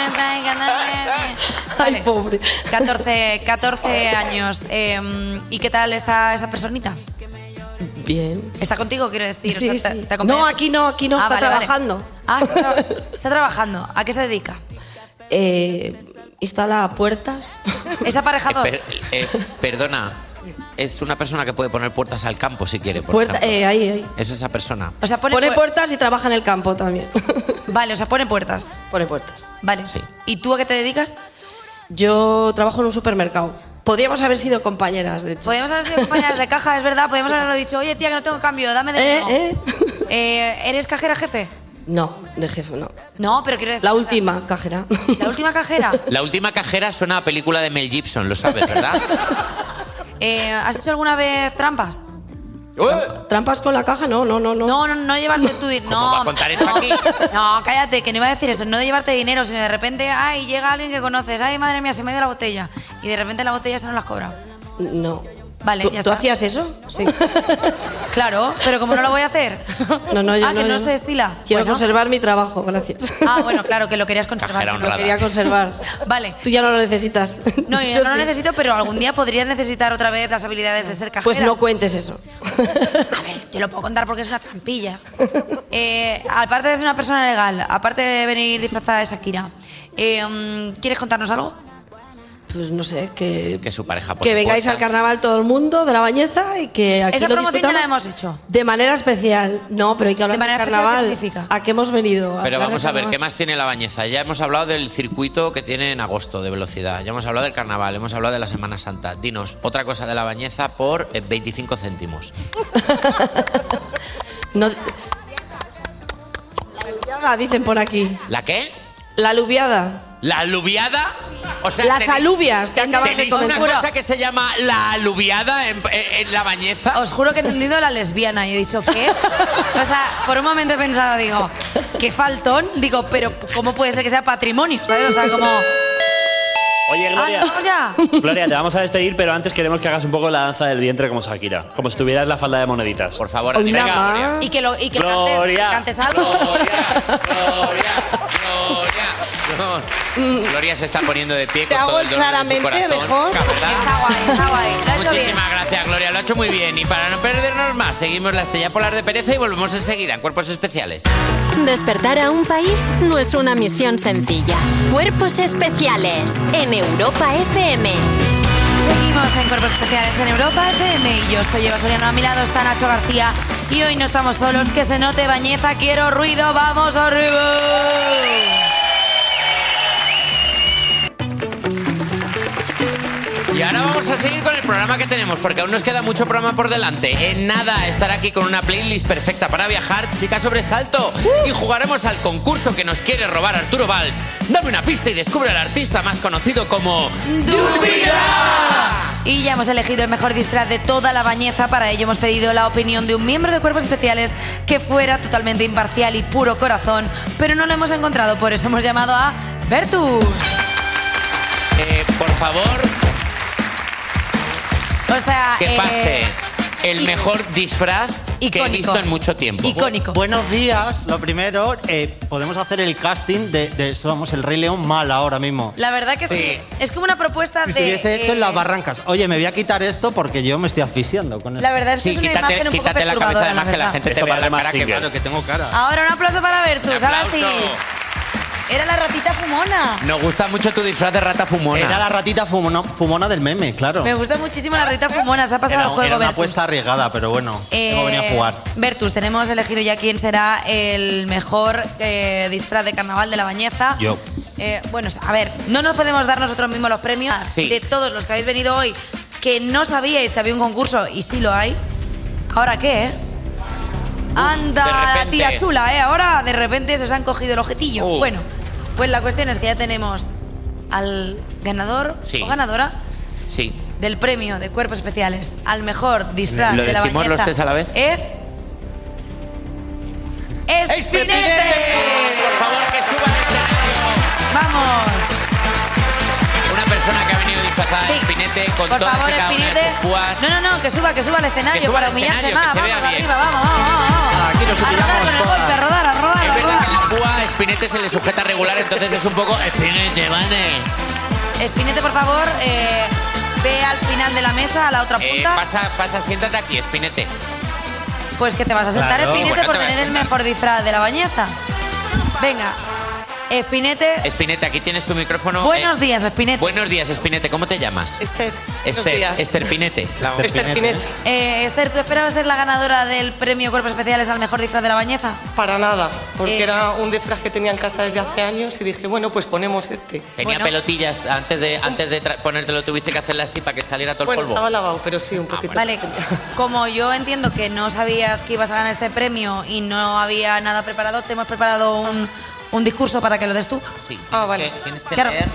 C: eh. Ay, pobre. 14, 14 años. eh, ¿Y qué tal está esa personita?
F: Bien.
C: ¿Está contigo, quiero decir? O sea,
F: Sí,
C: ¿te-
F: sí.
C: te acompaña?
F: No, aquí no, aquí no,
C: Ah,
F: está
C: vale, vale.
F: trabajando.
C: Ah, está, tra- está trabajando. ¿A qué se dedica?
F: Eh, instala puertas.
C: ¿Es aparejador?
D: Per- eh, perdona, es una persona que puede poner puertas al campo si quiere. Por
F: Puerta-
D: ejemplo.
F: eh, ahí, ahí.
D: Es esa persona.
C: O sea, pone,
F: Pone
C: puer-
F: puertas y trabaja en el campo también.
C: Vale, o sea, pone puertas.
F: Pone puertas.
C: Vale. ¿Y tú a qué te dedicas?
F: Yo trabajo en un supermercado. Podríamos haber sido compañeras, de hecho.
C: Podríamos haber sido compañeras de caja, es verdad. Podríamos haberlo dicho, oye, tía, que no tengo cambio, dame de
F: Eh,
C: nuevo. Eh, ¿Eres cajera jefe?
F: No, de jefe no.
C: No, pero quiero decir...
F: La última cajera.
C: La última cajera.
D: La última cajera suena a película de Mel Gibson, lo sabes, ¿verdad?
C: Eh, ¿Has hecho alguna vez trampas?
F: Trampas con la caja, no, no, no, no.
C: No, no, no llevarte tu dinero. No,
F: va a contar eso
C: no,
F: aquí?
C: No, cállate, que no iba a decir eso. No de llevarte dinero, sino de repente, ay, llega alguien que conoces, ay, madre mía, se me ha ido la botella. Y de repente la botella se no las cobra.
F: No.
C: Vale,
F: ¿Tú,
C: ya
F: tú
C: está.
F: hacías eso?
C: Sí. Claro, pero como no lo voy a hacer.
F: No, no, yo
C: ah, que
F: no,
C: no,
F: yo
C: se
F: no.
C: destila.
F: Quiero
C: Bueno.
F: conservar mi trabajo, gracias.
C: Ah, bueno, claro, que lo querías conservar.
F: Lo quería conservar.
C: Vale.
F: Tú ya no lo necesitas.
C: No, yo,
F: Yo
C: no lo
F: sí.
C: necesito, pero algún día podrías necesitar otra vez las habilidades de ser cajera.
F: Pues no cuentes eso.
C: Te lo puedo contar porque es una trampilla. Eh, aparte de ser una persona legal, aparte de venir disfrazada de Shakira, eh, mm, ¿quieres contarnos algo?
F: pues no sé, que,
D: que su pareja por
F: que vengáis al carnaval todo el mundo de la bañeza y que aquí
C: Esa
F: lo
C: promoción ya la
F: disfrutamos
C: hemos hecho.
F: de manera especial. No, pero hay que hablar
C: ¿De manera
F: del
C: especial qué
F: carnaval.
C: significa?
F: ¿A qué hemos venido?
D: Pero
F: hablar
D: vamos
F: de
D: a ver,
F: carnaval.
D: ¿qué más tiene la bañeza? Ya hemos hablado del circuito que tiene en agosto de velocidad, ya hemos hablado del carnaval, hemos hablado de la Semana Santa. Dinos, otra cosa de la bañeza por eh, 25 céntimos.
F: No- La aluviada, dicen por aquí.
D: ¿La qué?
F: La aluviada.
D: ¿La aluviada? O sea,
F: Las
D: tenéis-
F: alubias que acabas de
D: tenéis
F: comer.
D: una cosa que se llama la aluviada en, en la bañeza?
C: Os juro que he entendido la lesbiana y he dicho, ¿qué? O sea, por un momento he pensado, digo, qué faltón. Digo, pero ¿cómo puede ser que sea patrimonio? ¿Sabes? O sea, como.
G: Oye, Gloria.
C: ¡Ah, no, ya!
G: Gloria, te vamos a despedir, pero antes queremos que hagas un poco la danza del vientre como Shakira. Como si tuvieras la falda de moneditas. Por
D: favor,
G: anima.
C: Y que, lo, y que
G: Gloria.
C: cantes, cantes algo.
D: No. Gloria se está poniendo de pie
C: Te
D: con todo
C: hago
D: el dolor de su
C: claramente
D: corazón.
C: mejor.
D: la verdad.
C: Está guay, está guay. Lo has hecho bien.
D: Muchísimas gracias, Gloria. Lo ha hecho muy bien. Y para no perdernos más, seguimos la estrella polar de pereza y volvemos enseguida en Cuerpos Especiales.
B: Despertar a un país no es una misión sencilla. Cuerpos especiales en Europa FM.
C: Seguimos en Cuerpos Especiales en Europa FM y yo soy Eva Soriano. A mi lado está Nacho García y hoy no estamos solos. Que se note, Bañeza, quiero ruido, vamos arriba.
D: Y ahora vamos a seguir con el programa que tenemos, porque aún nos queda mucho programa por delante. En nada, estar aquí con una playlist perfecta para viajar, chica sobresalto. Y jugaremos al concurso que nos quiere robar Arturo Valls. Dame una pista y descubre al artista más conocido como...
C: Y ya hemos elegido el mejor disfraz de toda la bañeza. Para ello hemos pedido la opinión de un miembro de Cuerpos Especiales que fuera totalmente imparcial y puro corazón, pero no lo hemos encontrado, por eso hemos llamado a Bertus.
D: Eh, por favor,
C: O sea,
D: que
C: eh,
D: pase el mejor disfraz que he
C: Icónico.
D: visto en mucho tiempo.
C: Icónico.
J: Buenos días. Lo primero, eh, podemos hacer el casting de, de somos el Rey León mal ahora mismo.
C: La verdad que es, que es como una propuesta
J: Si
C: de.
J: se hubiese hecho en
C: eh,
J: las barrancas. Oye, me voy a quitar esto porque yo me estoy asfixiando con esto.
C: La verdad es que Sí, es una quítate- imagen un poco quítate la cabeza, perturbadora, además, la que la verdad. Ah, gente te
J: Esto
D: vea
J: parece
D: la
J: más
D: cara que-
J: Singer. claro que tengo cara.
C: Ahora un aplauso para Bertus, ahora sí.
J: aplauso.
C: Era la ratita fumona.
D: Nos gusta mucho tu disfraz de rata fumona.
J: Era la ratita fumona, fumona del meme, claro.
C: Me gusta muchísimo la ratita fumona, se ha pasado
J: Era,
C: el juego,
J: era una
C: Bertus.
J: apuesta arriesgada, pero bueno, tengo que venir a
C: Eh,
J: jugar.
C: Bertus, tenemos elegido ya quién será el mejor eh, disfraz de carnaval de la bañeza.
J: Yo.
C: Eh, bueno, a ver, no nos podemos dar nosotros mismos los premios
J: Ah, Sí.
C: de todos los que habéis venido hoy, que no sabíais que había un concurso y sí lo hay. ¿Ahora qué, eh? Anda,
J: Uh, de
C: la
J: repente.
C: tía chula, ¿eh? Ahora de repente se os han cogido el objetillo.
J: Uh.
C: Bueno, pues la cuestión es que ya tenemos al ganador
D: Sí.
C: o ganadora
D: Sí.
C: del premio de cuerpos especiales al mejor disfraz
D: ¿Lo
C: de la
D: decimos
C: bañeza
D: los tres a la vez?
C: es Espinete.
D: Por favor, que suba
C: Vamos.
D: Una persona que ha venido disfrazada de espinete con
C: Por
D: todas
C: favor,
D: y cada una de
C: Espinete.
D: sus púas.
C: No, no, no, que suba, que suba al escenario
D: Que suba
C: para
D: al
C: humillarse
D: escenario,
C: más.
D: que se
C: Vamos
D: vea bien.
C: arriba, vamos, vamos, vamos.
D: Ah,
C: vamos. a rodar con el golpe, a rodar, a rodar, a
D: Es verdad que
C: rodar.
D: la púa a espinete se le sujeta regular, entonces es un poco espinete, ¿vale?
C: Espinete, por favor, eh, ve al final de la mesa, a la otra
D: Eh,
C: punta.
D: pasa, pasa, siéntate aquí, espinete.
C: Pues que te vas a sentar,
D: Claro.
C: Espinete,
D: Bueno,
C: por
D: te voy a
C: tener el
D: sentar.
C: mejor disfraz de la bañeza. Venga, Espinete,
D: Espinete, aquí tienes tu micrófono. Eh,
C: Buenos días, Espinete.
D: Buenos días, Espinete. ¿Cómo te llamas?
C: Esther.
D: Esther, Esther Pinete.
J: Esther Pinete.
C: Eh, Esther, ¿tú esperabas ser la ganadora del premio Cuerpos Especiales al mejor disfraz de la bañeza?
X: Para nada, porque
C: Eh.
X: era un disfraz que tenía en casa desde hace años y dije, bueno, pues ponemos este.
D: Tenía pelotillas. Antes de, antes de tra- ponértelo tuviste que hacerla así para que saliera todo el
X: Bueno,
D: polvo. Ah,
X: estaba lavado, pero sí, un poquito.
C: Vale, como yo entiendo que no sabías que ibas a ganar este premio y no había nada preparado, te hemos preparado un, un discurso para que lo des tú.
D: Sí,
X: Ah,
D: tienes
X: vale.
D: que- tienes que
X: Claro.
D: leer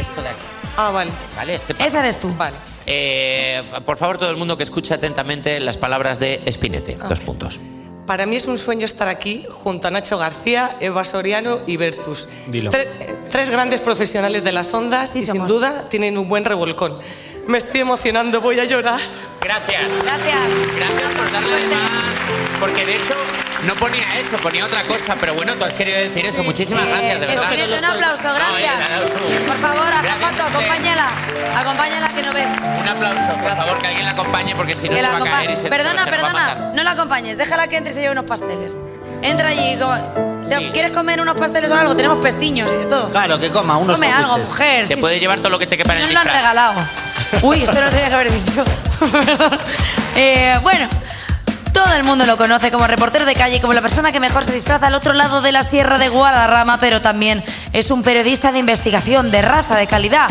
D: esto de aquí.
X: Ah, vale.
D: Vale, este
C: Esa eres tú.
X: Vale.
D: Eh, por favor, todo el mundo que escuche atentamente las palabras de Espinete.
J: Ah.
D: Dos puntos.
X: Para mí es un sueño estar aquí junto a Nacho García, Eva Soriano y Bertus.
D: Dilo.
X: Tre- eh, tres grandes profesionales de las ondas y sin duda tienen un buen revolcón. Me estoy emocionando, voy a llorar.
D: Gracias.
C: Gracias.
D: Gracias por darle más. Porque de hecho no ponía eso, ponía otra cosa. Pero bueno, tú has querido decir eso. Muchísimas
C: Eh,
D: gracias, de verdad.
C: Espinete, un aplauso, gracias. Por favor, Azafato, acompáñala. Acompáñala que no ve.
D: Un aplauso, por favor, que alguien la acompañe porque si no
C: Que
D: se
C: la
D: va a
C: acompa-
D: caer y se
C: perdona,
D: se va a matar.
C: perdona, no la acompañes, déjala que entre y se lleve unos pasteles. Entra allí y co- o sea, ¿Quieres comer unos pasteles o algo? Tenemos pestiños y de todo.
J: Claro, que coma unos
C: Come algo,
J: sándwiches.
C: mujer.
D: Te
C: sí,
D: puedes
C: sí.
D: llevar todo lo que te quepa en el
C: Nos lo han
D: disfraz.
C: regalado. Uy, esto no lo tenía que haber dicho. Perdón. Eh, bueno, todo el mundo lo conoce como reportero de calle, como la persona que mejor se disfraza al otro lado de la sierra de Guadarrama, pero también es un periodista de investigación, de raza, de calidad.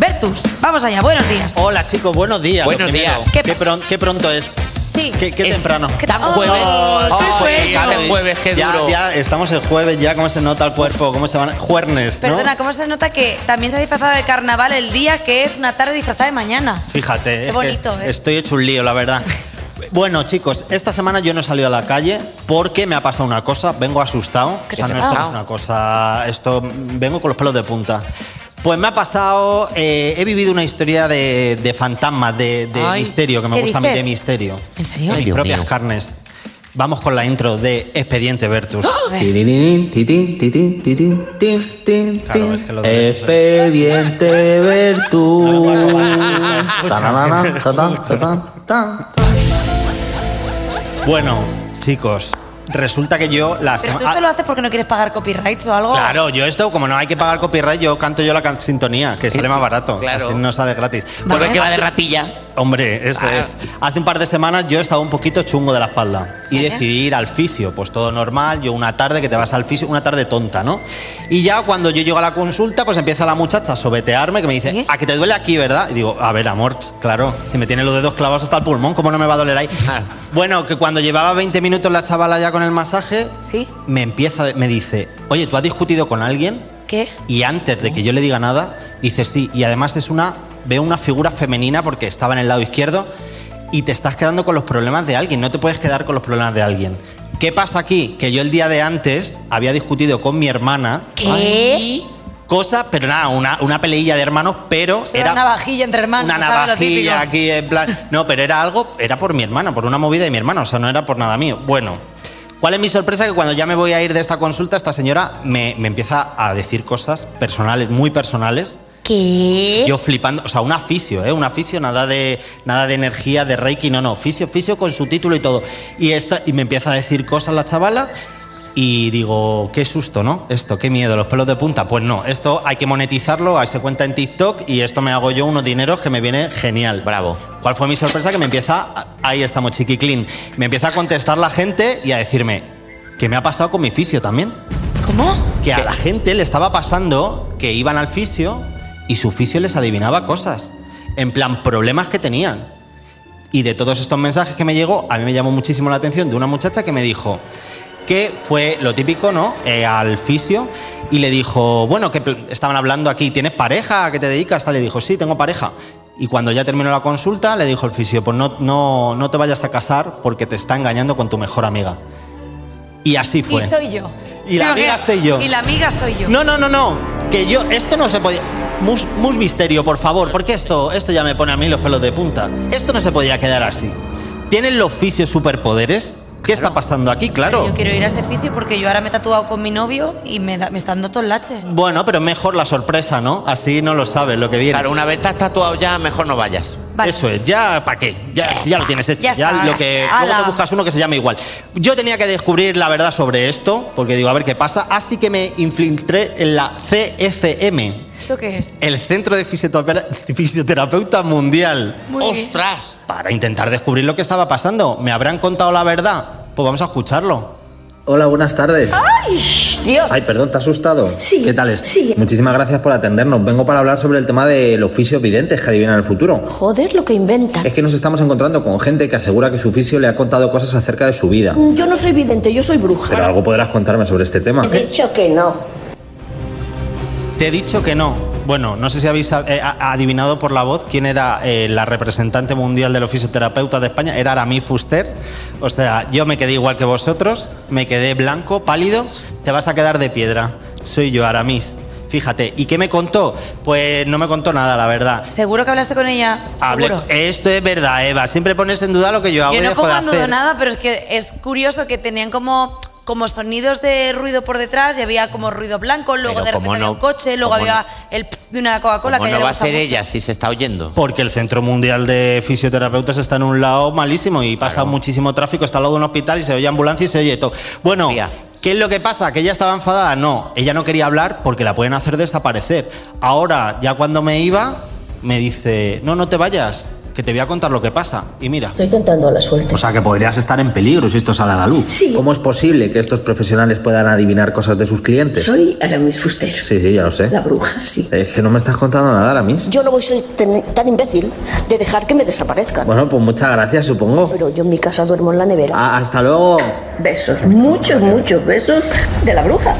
C: Bertus, vamos allá, buenos días.
J: Hola chicos, buenos días. lo
D: Buenos
J: primero.
D: días.
J: ¿Qué, pron- qué pronto es?
C: Sí.
J: ¿Qué, qué temprano?
D: Tan jueves.
J: Oh,
D: Oh,
J: qué
D: tan
J: jueves.
D: jueves, qué
J: Ya,
D: duro.
J: ya, estamos el jueves, ya cómo se nota el cuerpo, cómo se van. Juernes, ¿no?
C: Perdona, ¿cómo se nota que también se ha disfrazado de carnaval el día que es una tarde disfrazada de mañana?
J: Fíjate, es que
C: bonito, ¿eh?
J: estoy hecho un lío, la verdad. Bueno, chicos, esta semana yo no he salido a la calle porque me ha pasado una cosa. Vengo asustado.
I: ¿Qué
J: O sea,
I: te ha
J: no esto no es
I: pasado?
J: una cosa. Esto mm, vengo con los pelos de punta. Pues me ha pasado. eh, he vivido una historia de, de fantasmas, de, de
I: Ay.
J: misterio, que me
I: ¿Qué
J: gusta a mí
I: dices?
J: de misterio.
I: ¿En serio?
J: De
I: Ay,
J: mis
I: Dios
J: propias
I: mío.
J: carnes. Vamos con la intro de Expediente Vertus.
I: ¡Ah! Tirirín, titín, titín, titín, tin, tin,
J: Claro,
I: tin.
J: es que lo de hecho soy-
I: Expediente Vertu.
J: escucha.
I: Tananana, tatán, tatán, tan.
J: Bueno, chicos, resulta que yo la
C: Pero
J: sema-
C: tú esto lo haces porque no quieres pagar copyrights o algo.
J: Claro, yo esto, como no hay que pagar copyright, yo canto yo la can- sintonía, que sale más barato.
D: Claro.
J: Así no sale gratis.
D: Por el que va de ratilla.
J: Hombre, eso es. Hace un par de semanas yo estaba un poquito chungo de la espalda y
D: ¿Sí?
J: decidí ir al fisio. Pues todo normal, yo una tarde que te vas al fisio, una tarde tonta, ¿no? Y ya cuando yo llego a la consulta, pues empieza la muchacha a sobetearme que me dice, ¿a que te duele aquí, verdad? Y digo, a ver, amor, claro, si me tiene los dedos clavados hasta el pulmón, ¿cómo no me va a doler ahí? Bueno, que cuando llevaba 20 minutos la chavala ya con el masaje,
C: ¿Sí?
J: me empieza, me dice, oye, ¿tú has discutido con alguien?
C: ¿Qué?
J: Y antes de que yo le diga nada, dice sí. Y además es una, veo una figura femenina porque estaba en el lado izquierdo y te estás quedando con los problemas de alguien. No te puedes quedar con los problemas de alguien. ¿Qué pasa aquí? Que yo el día de antes había discutido con mi hermana.
C: ¿Qué?
J: Cosa, pero nada, una, una peleilla de hermanos, pero
C: Era una
J: era
C: vajilla entre hermanos,
J: una
C: ¿sabes? Lo típico.
J: navajilla aquí en plan. No, pero era algo, era por mi hermana, por una movida de mi hermana, o sea, no era por nada mío. Bueno, ¿cuál es mi sorpresa? Que cuando ya me voy a ir de esta consulta, esta señora me, me empieza a decir cosas personales, muy personales.
P: ¿Qué?
J: Yo flipando, o sea, un fisio, ¿eh? Un fisio, nada de, nada de energía, de reiki, no, no, fisio, fisio con su título y todo. Y, esta, y me empieza a decir cosas la chavala y digo, qué susto, ¿no? Esto, qué miedo, los pelos de punta. Pues no, esto hay que monetizarlo, hay se cuenta en TikTok y esto me hago yo unos dineros que me viene genial. Bravo. ¿Cuál fue mi sorpresa? Que me empieza, ahí estamos, chiqui clean, me empieza a contestar la gente y a decirme, ¿qué me ha pasado con mi fisio también?
C: ¿Cómo?
J: Que a la gente le estaba pasando que iban al fisio y su fisio les adivinaba cosas, en plan problemas que tenían. Y de todos estos mensajes que me llegó, a mí me llamó muchísimo la atención de una muchacha que me dijo que fue lo típico, ¿no? Eh, al fisio y le dijo, bueno, que pl- estaban hablando aquí, ¿tienes pareja? ¿A qué te dedicas? Tal, le dijo, sí, tengo pareja. Y cuando ya terminó la consulta, le dijo el fisio, pues no, no, no te vayas a casar porque te está engañando con tu mejor amiga. Y así fue.
C: Y soy yo.
J: Y la
C: Digo
J: amiga
C: que-
J: soy yo.
C: Y la amiga soy yo.
J: No, no, no, no. Que yo, esto no se podía. Mus, mus misterio, por favor, porque esto, esto ya me pone a mí los pelos de punta. Esto no se podía quedar así. ¿Tienen los fisios superpoderes? ¿Qué está pasando aquí? Claro.
C: Yo quiero ir a ese fisio porque yo ahora me he tatuado con mi novio y me, da- me está dando todo el lache.
J: Bueno, pero mejor la sorpresa, ¿no? Así no lo sabes lo que viene.
D: Claro, una vez estás tatuado ya, mejor no vayas.
J: Eso es, ya para qué, ya, si ya lo tienes hecho.
D: Ya
J: Ya,
D: está,
J: lo que,
D: ala.
J: luego te buscas uno que se llame igual. Yo tenía que descubrir la verdad sobre esto, porque digo, a ver qué pasa. Así que me infiltré en la CFM,
C: ¿Eso qué es?
J: el Centro de Fisioterape- Fisioterapeuta Mundial.
D: ¡Ostras!
J: Para intentar descubrir lo que estaba pasando. ¿Me habrán contado la verdad? Pues vamos a escucharlo.
K: Hola, buenas tardes.
L: ¡Ay, Dios!
K: Ay, perdón, ¿te has asustado?
L: Ah. Sí.
K: ¿Qué tal es? Muchísimas gracias por atendernos. Vengo para hablar sobre el tema de los fisiovidentes que adivinan el futuro.
L: Joder, lo que inventa.
K: Es que nos estamos encontrando con gente que asegura que su fisio le ha contado cosas acerca de su vida.
L: Yo no soy vidente, yo soy bruja.
K: Pero algo podrás contarme sobre este tema.
L: He dicho que no.
J: Te he dicho que no. Bueno, no sé si habéis eh, a- adivinado por la voz quién era eh, la representante mundial de los fisioterapeutas de España. Era Aramí Fuster. O sea, yo me quedé igual que vosotros. Me quedé blanco, pálido. Te vas a quedar de piedra. Soy yo, Aramis. Fíjate. ¿Y qué me contó? Pues no me contó nada, la verdad.
C: Seguro que hablaste con ella.
J: Hablé-
C: Seguro.
J: Esto es verdad, Eva. Siempre pones en duda lo que yo hago. y
C: Yo no
J: dejo
C: pongo
J: de
C: en duda
J: hacer.
C: nada, pero es que es curioso que tenían como como sonidos de ruido por detrás y había como ruido blanco, luego
D: Pero
C: de repente
D: cómo
C: había
D: no-
C: un coche, luego
D: cómo
C: había el pf de una Coca-Cola
D: ¿Cómo
C: que a ella
D: no va
C: le
D: a
C: gusta
D: ser
C: mucho.
D: ella si se está oyendo?
J: Porque el Centro Mundial de Fisioterapeutas está en un lado malísimo y pasa muchísimo tráfico, está al lado de un hospital y se oye ambulancia y se oye todo. Bueno, ¿qué es lo que pasa? ¿Que ella estaba enfadada? No, ella no quería hablar porque la pueden hacer desaparecer. Ahora, ya cuando me iba, me dice, no, no te vayas, que te voy a contar lo que pasa. Y mira.
L: Estoy tentando la suerte.
J: O sea que podrías estar en peligro si esto sale a la luz.
K: ¿Cómo es posible que estos profesionales puedan adivinar cosas de sus clientes?
L: Soy Aramis Fuster.
K: Sí, sí, ya lo sé.
L: La bruja, sí.
K: Es que no me estás contando nada, Aramis.
L: Yo no voy soy tan, tan imbécil de dejar que me desaparezcan.
K: Bueno, pues muchas gracias, supongo.
L: Pero yo en mi casa duermo en la nevera.
K: Ah, hasta luego.
L: Besos, muchos, muchos besos de la bruja.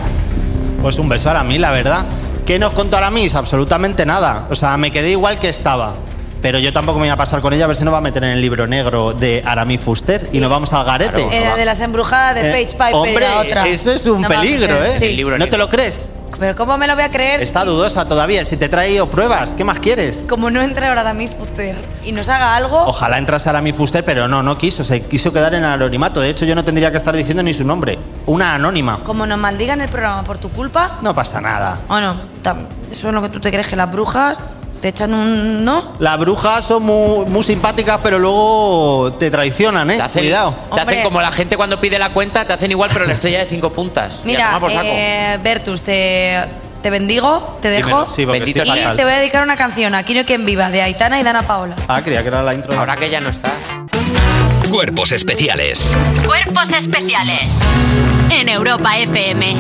J: Pues un beso a mí, la verdad. ¿Qué nos contó Aramis? Absolutamente nada. O sea, me quedé igual que estaba. Pero yo tampoco me voy a pasar con ella a ver si nos va a meter en el libro negro de Aramis Fuster y nos vamos al garete.
C: Era de las embrujadas de
J: Eh,
C: Page Piper
J: hombre,
C: y la otra.
J: eso es un
C: No me lo
J: peligro,
C: creo,
J: ¿eh?
C: sí.
J: ¿No te lo crees?
C: Pero ¿cómo me lo voy a creer?
J: Está
C: si-
J: dudosa todavía. Si te he traído pruebas, ¿qué más quieres?
C: Como no entre ahora Aramis Fuster y nos haga algo.
J: Ojalá entrase Aramis Fuster, pero no, no quiso. Se quiso quedar en el anonimato. De hecho, yo no tendría que estar diciendo ni su nombre. Una anónima.
C: Como nos maldigan el programa por tu culpa.
J: No pasa nada.
C: O no, tam- eso es lo que tú te crees, que las brujas te echan un... ¿no?
J: Las brujas son muy, muy simpáticas, pero luego te traicionan, ¿eh? Cuidado.
D: Te hacen
C: Hombre.
D: como la gente cuando pide la cuenta, te hacen igual, pero la estrella de cinco puntas. Y a
C: Mira,
D: tomar por saco.
C: eh, Bertus, te, te bendigo, te dejo.
D: Dímelo, sí, porque Bendito estoy
C: y
D: fatal.
C: te voy a dedicar una canción, Aquí no hay quien viva, de Aitana y Dana Paola.
J: Ah, creía que era la intro.
D: Ahora que ya no está.
A: Cuerpos especiales.
B: Cuerpos especiales en Europa FM.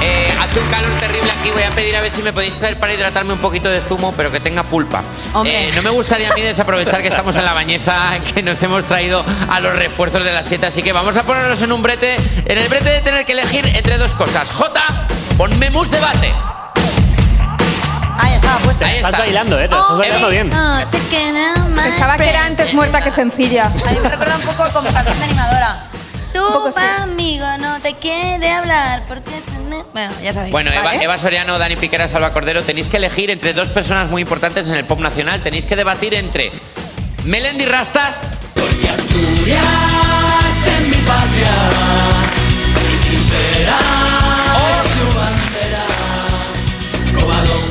D: Eh, hace un calor terrible aquí. Voy a pedir a ver si me podéis traer para hidratarme un poquito de zumo, pero que tenga pulpa. Eh, no me gustaría a mí desaprovechar que estamos en la bañeza, que nos hemos traído a los refuerzos de la siete. Así que vamos a ponernos en un brete, en el brete de tener que elegir entre dos cosas. J, ponme mus debate.
C: Ah, ya estaba puesta.
D: Ahí
G: Estás
D: está.
G: bailando, ¿eh? Te lo
D: Oh,
G: estás bailando bien.
Q: Pensaba que era antes muerta que sencilla.
C: A mí me recuerda un poco como canción de animadora. Tú,
Q: sí.
C: amigo, no te quiere hablar porque... Bueno, ya sabéis.
D: Bueno, Eva,
C: ¿vale?
D: Eva Soriano, Dani Piquera, Salva Cordero, tenéis que elegir entre dos personas muy importantes en el pop nacional. Tenéis que debatir entre Melendi Rastas
O: en mi patria y sincera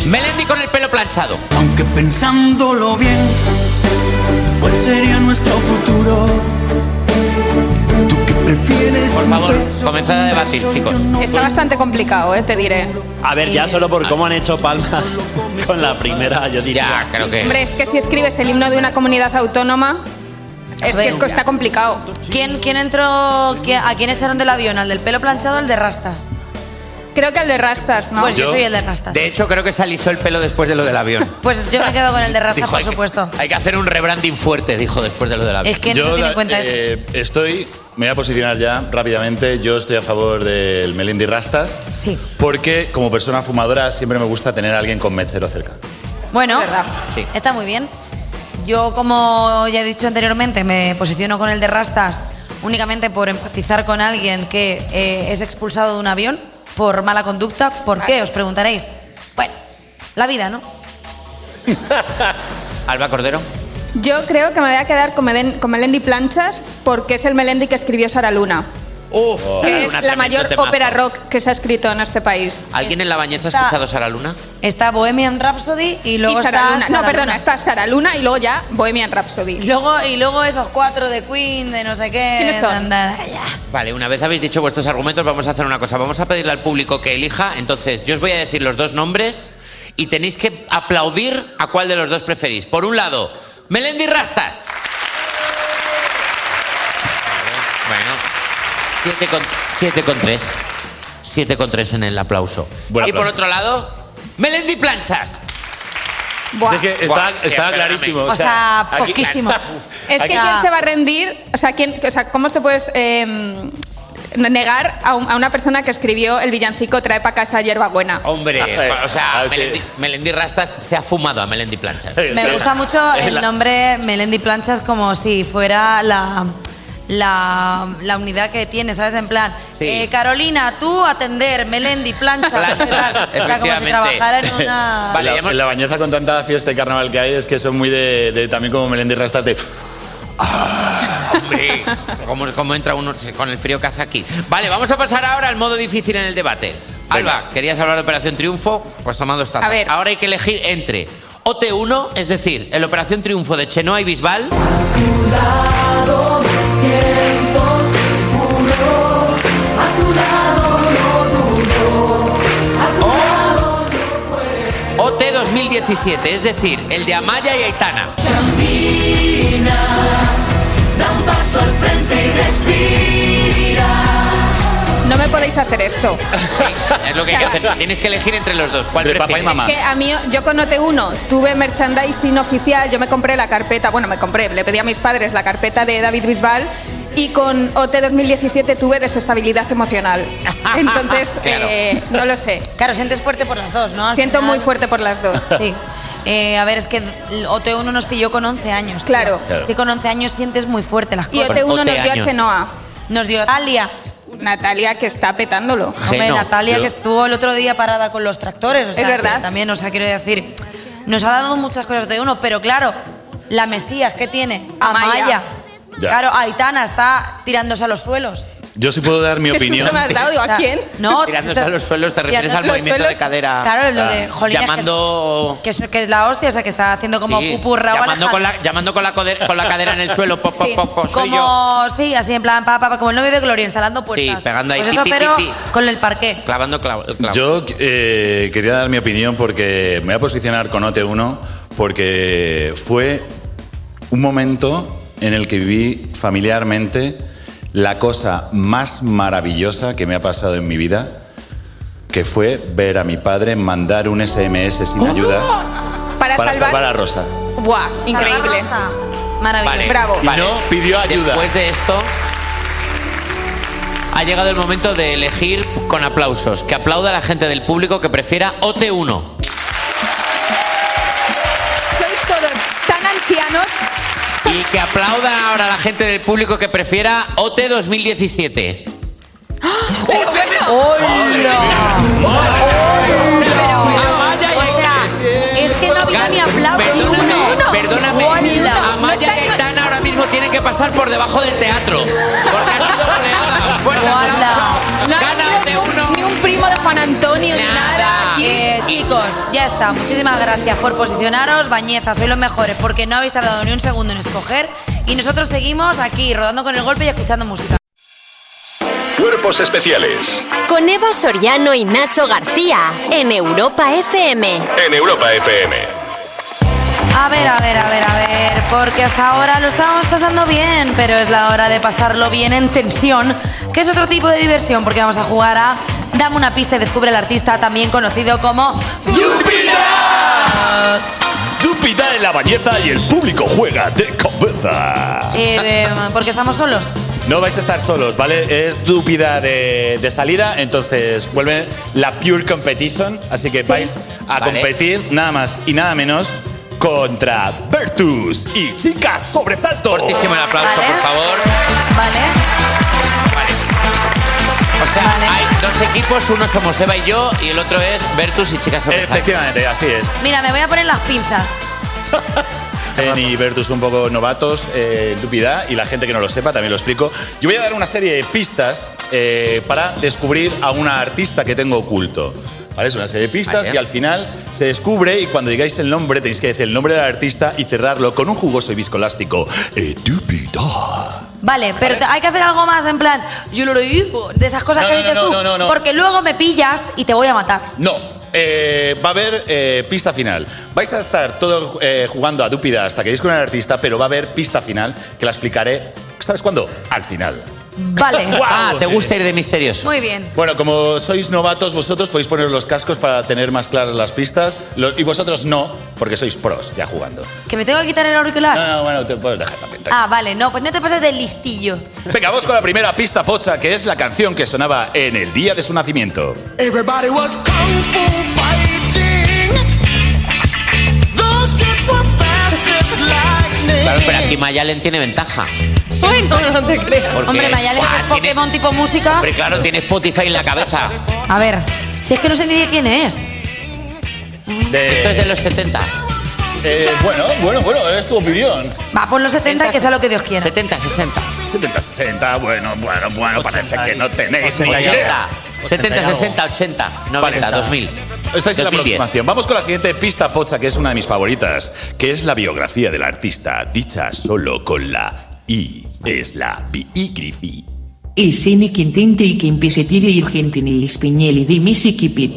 D: Melendi con el pelo planchado.
O: Aunque pensándolo bien, ¿cuál sería nuestro futuro? ¿Tú qué prefieres?
D: Por favor, comenzad a debatir, chicos.
Q: Está bastante complicado, eh, te diré.
G: A ver, ya solo por cómo han hecho palmas con la primera, yo diría.
D: Ya, creo que.
Q: Hombre, es que si escribes el himno de una comunidad autónoma, es que esto está complicado.
C: ¿Quién, quién entró? quién- ¿A quién echaron del avión? ¿Al del pelo planchado o al de rastas?
Q: Creo que el de rastas, ¿no?
C: Pues yo, soy el de rastas.
D: De hecho, creo que se alisó el pelo después de lo del avión.
C: Pues yo me quedo con el de rastas,
D: Dijo,
C: por
D: hay que-
C: supuesto.
D: Hay que hacer un rebranding fuerte, dijo después de lo del avión.
C: Es que no se tiene en cuenta esto.
M: eh, estoy, me voy a posicionar ya rápidamente. Yo estoy a favor del Melendi Rastas.
C: Sí.
M: Porque como persona fumadora siempre me gusta tener a alguien con mechero cerca.
C: Bueno,
M: Sí.
C: está muy bien. Yo, como ya he dicho anteriormente, me posiciono con el de Rastas únicamente por empatizar con alguien que eh, es expulsado de un avión por mala conducta. ¿Por qué? Os preguntaréis. Bueno, la vida, ¿no?
D: Alba Cordero.
Q: Yo creo que me voy a quedar con, Meden- con Melendi Planchas porque es el Melendi que escribió Sara Luna,
D: Uf,
Q: que es la mayor ópera rock que se ha escrito en este país.
D: ¿Alguien en la bañeza ha
Q: Está-
D: escuchado Sara Luna?
C: Está Bohemian Rhapsody y luego
Q: Y Sara
C: está.
Q: Luna.
C: Sara
Q: no, perdona,
C: Luna.
Q: está Sara Luna y luego ya Bohemian Rhapsody.
C: Y luego, y luego esos cuatro de Queen, de no sé qué.
Q: ¿Quiénes son?
C: da, da, ya.
D: Vale, una vez habéis dicho vuestros argumentos, vamos a hacer una cosa. Vamos a pedirle al público que elija. Entonces, yo os voy a decir los dos nombres y tenéis que aplaudir a cuál de los dos preferís. Por un lado, Melendi Rastas. Bueno, 7 con, siete con 3. 7 con 3 en el aplauso. y por otro lado, Melendi Planchas.
Q: Buah.
M: Es que estaba,
D: Buah,
M: estaba
D: sí,
M: clarísimo.
Q: O sea,
M: aquí-
Q: poquísimo. Es que
M: Aquí-
Q: quién se va a rendir, o sea, ¿quién, o sea ¿cómo te puedes eh, negar a, un- a una persona que escribió el villancico Trae para casa hierba buena?
D: Hombre, o sea, Melendi, Melendi Rastas se ha fumado a Melendi Planchas.
C: Me gusta mucho el nombre Melendi Planchas como si fuera la, la, la unidad que tiene, ¿sabes? En plan,
D: Sí.
C: eh, Carolina, tú atender, Melendi Planchas.
M: Planchas,
C: tal. O sea, como si
M: efectivamente.
C: trabajara en una...
M: en, la, en la bañeza con tanta fiesta de carnaval que hay es que son muy de, de también como Melendi Rastas de...
D: Hombre, ¿cómo, cómo entra uno con el frío que hace aquí? Vale, vamos a pasar ahora al modo difícil en el debate. Alba, querías hablar de Operación Triunfo, pues tomando esta.
Q: A ver.
D: Ahora hay que elegir entre OT1, es decir, el Operación Triunfo de Chenoa y Bisbal,
O: Cuidado, me siento seguro. A tu lado no dudo. A tu lado
D: OT 2017, es decir, el de Amaya y Aitana.
O: camina. Da un paso al frente y respira.
Q: No me podéis hacer esto.
D: Es lo que hay que hacer. Tienes que elegir entre los dos. ¿Cuál prefieres?
Q: Es que a mí, yo con OT1 tuve merchandising oficial, yo me compré la carpeta, bueno, me compré, le pedí a mis padres la carpeta de David Bisbal y con OT 2017 tuve desestabilidad emocional. Entonces,
C: Claro.
Q: eh, no lo sé.
C: Claro, sientes fuerte por las dos, ¿no?
Q: Siento muy fuerte por las dos, sí.
C: Eh, a ver, es que el OT1 nos pilló con 11 años. Claro.
Q: Claro.
C: Es que con 11 años sientes muy fuerte las
Q: Y
C: cosas.
Q: OT1 nos dio a Chenoa.
C: Nos dio Natalia.
Q: Natalia que está petándolo.
C: Hombre,
Q: Geno,
C: Natalia
Q: yo-
C: que estuvo el otro día parada con los tractores. O sea,
Q: Es verdad.
C: que También, o sea, quiero decir, nos ha dado muchas cosas de uno, pero claro, la Mesías, ¿qué tiene?
Q: Amaya.
C: Amaya.
M: Ya.
C: Claro, Aitana está tirándose a los suelos.
M: Yo sí puedo dar mi opinión.
C: O sea, No,
D: Tirándose a los suelos, te refieres
C: Tirándose
D: al
C: a los
D: movimiento de
C: suelos.
D: cadera. ah,
C: Claro, lo de jolines que-
D: Llamando.
C: que es, que es la hostia, o sea, que está haciendo como
D: sí,
C: pupurra o
D: llamando, con la, llamando con la, coder- con la cadera en el suelo, pop, pop, pop, pop, soy yo.
C: Como, sí, así en plan, pa, pa, pa, como el novio de Gloria, instalando puertas.
M: Sí, pegando ahí,
C: Pues
M: pi,
C: eso,
M: pi,
C: pero
M: pi, pi.
C: con el parqué.
D: Clavando clavo.
M: Yo eh, quería dar mi opinión porque me voy a posicionar con OT1 porque fue un momento en el que viví familiarmente la cosa más maravillosa que me ha pasado en mi vida, que fue ver a mi padre mandar un SMS sin ayuda
Q: Para,
M: para
Q: salvar.
M: salvar a Rosa.
Q: Buah, increíble.
C: Maravilloso.
Q: Bravo.
M: Y no pidió ayuda.
D: Después de esto, ha llegado el momento de elegir con aplausos. Que aplauda a la gente del público que prefiera OT1.
Q: Sois todos tan ancianos.
D: Y que aplauda ahora a la gente del público que prefiera OT 2017.
Q: Pero bueno.
C: Amaya y Aitana. Es que no había ni aplauso.
D: Perdóname, perdóname.
C: Hola.
D: Amaya y Aitana ahora mismo tienen que pasar por debajo del teatro. Porque ha sido goleada. Fuerte aplauso.
Q: No ha habido Ni un primo de Juan Antonio, ni nada. aquí.
C: Eh, chicos, ya está. Muchísimas gracias por posicionaros. Bañeza, sois los mejores porque no habéis tardado ni un segundo en escoger. Y nosotros seguimos aquí rodando con el golpe y escuchando música.
H: Cuerpos especiales
B: Con Evo Soriano y Nacho García en Europa FM.
H: en Europa FM.
C: A ver, a ver, a ver, a ver, porque hasta ahora lo estábamos pasando bien, pero es la hora de pasarlo bien en tensión, que es otro tipo de diversión, porque vamos a jugar a Dame una pista y descubre el artista, también conocido como
H: ¡Dupida! Dupida en la bañeza y el público juega de cabeza.
C: Eh, eh, porque estamos solos.
M: No vais a estar solos, ¿vale? Es dúpida de, de salida, entonces vuelve la Pure Competition, así que vais a
H: Vale.
M: competir nada más y nada menos contra Vertus y Chicas Sobresalto.
D: Fortísimo el aplauso,
C: Vale.
D: por favor.
C: Vale.
D: O sea, hay dos equipos, uno somos Eva y yo, y el otro es Bertus y Chicas Sobresalto.
M: Efectivamente, así es.
C: Mira, me voy a poner las pinzas.
M: Ten y Vertus un poco novatos eh, en Dúpida y la gente que no lo sepa también lo explico. Yo voy a dar una serie de pistas eh, para descubrir a una artista que tengo oculto. ¿Vale? Es una serie de pistas
H: Vale.
M: y al final se descubre y cuando digáis el nombre tenéis que decir el nombre del artista y cerrarlo con un jugoso y viscoelástico. Eh, Dúpida.
C: Vale, pero te- hay que hacer algo más en plan, yo lo digo, de esas cosas
M: No,
C: que
M: no, no,
C: dices
M: no,
C: tú,
M: no, no, no.
C: porque luego me pillas y te voy a matar.
M: No, eh, va a haber eh, pista final. Vais a estar todos eh, jugando a Dúpida hasta que con el artista, pero va a haber pista final que la explicaré, ¿sabes cuándo? Al final.
C: Vale.
D: Ah, ¿te gusta ir de misterioso?
C: Muy bien.
M: Bueno, como sois novatos vosotros, podéis poner los cascos para tener más claras las pistas. Lo- y vosotros no, porque sois pros ya jugando.
C: ¿Que me tengo que quitar el auricular?
M: No, no, bueno, te puedes dejar también. tranquilo.
C: Ah, vale, no, pues no te pases de listillo.
M: Venga, vamos con la primera pista pocha, que es la canción que sonaba en el día de su nacimiento.
O: Everybody was kung fu fighting. Those kids were fast as lightning.
D: Claro, pero aquí Mayalen tiene ventaja.
C: Bueno, no te creo.
D: Porque-
C: Hombre, Mayales
D: Buah,
C: es Pokémon tipo música.
D: Hombre, claro, tiene Spotify en la cabeza.
C: A ver, si es que no sé ni de quién es.
D: Esto es de los 70.
M: Eh, bueno, bueno, bueno, es tu opinión.
C: pues Va, por los 70 y que sea lo que Dios quiera.
D: 70, 60.
M: 70, 60, bueno, bueno, bueno, parece que no tenéis ni
D: 80,
M: idea.
D: 70, 60, 80, 90, 2000.
M: Estáis en la
D: 2010.
M: aproximación. Vamos con la siguiente pista pocha, que es una de mis favoritas, que es la biografía del artista, dicha solo con la I. Es la biografía.
S: Y sini quintinte y quimpisitiri irgentini ispiñeli di misiki pip.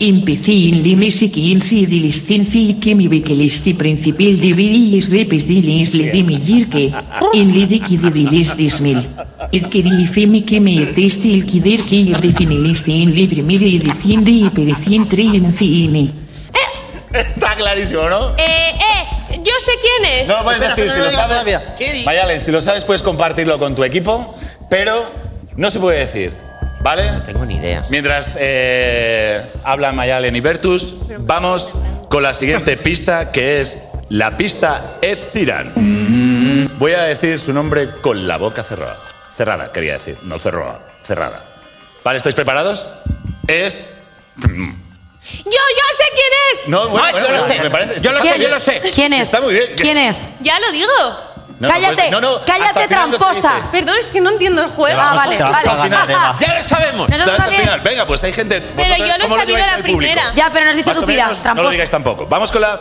S: Impici in li misiki insi di listinfi y kimi vikilisti principil di virilis repis di lisli di migirke. In lidiki di vilis dismil. Idkiri ifimi kimi irtisti ilkidirki irdifinilisti in librimiri idicindi y pericintri infiini.
M: Está clarísimo, ¿no?
T: Eh, eh, yo sé quién es.
M: No lo puedes decir, si lo sabes. Mayalen, si lo sabes, puedes compartirlo con tu equipo, pero no se puede decir, ¿vale? No
D: tengo ni idea.
M: Mientras eh, hablan Mayalen y Bertus, vamos con la siguiente pista, que es la pista Ed Sheeran. Voy a decir su nombre con la boca cerrada. Cerrada, quería decir. No cerrada, cerrada. ¿Vale? ¿Estáis preparados? Es...
T: Yo, yo sé quién es.
M: No, bueno, bueno, bueno, me parece- ¿Quién?
C: ¿Quién es?
M: Está muy bien.
C: ¿Quién es?
T: Ya lo digo.
M: No, no, Cállate, pues, no, no, cállate, hasta el final no se tramposa. Ah, dice.
T: Perdón, es que no entiendo el juego.
M: Te vamos a- te vamos a ganar, Eva.
D: Ya lo sabemos.
T: Nosotros
M: Hasta el
T: también.
M: final. Venga, pues hay gente. vosotras,
T: yo lo he
M: ¿cómo
T: sabido
M: lleváis
T: la
M: al público?
T: primera. Ya, pero nos dice
M: Más o
T: tupida,
M: menos, No lo
T: tramposa.
M: digáis tampoco. Vamos con la.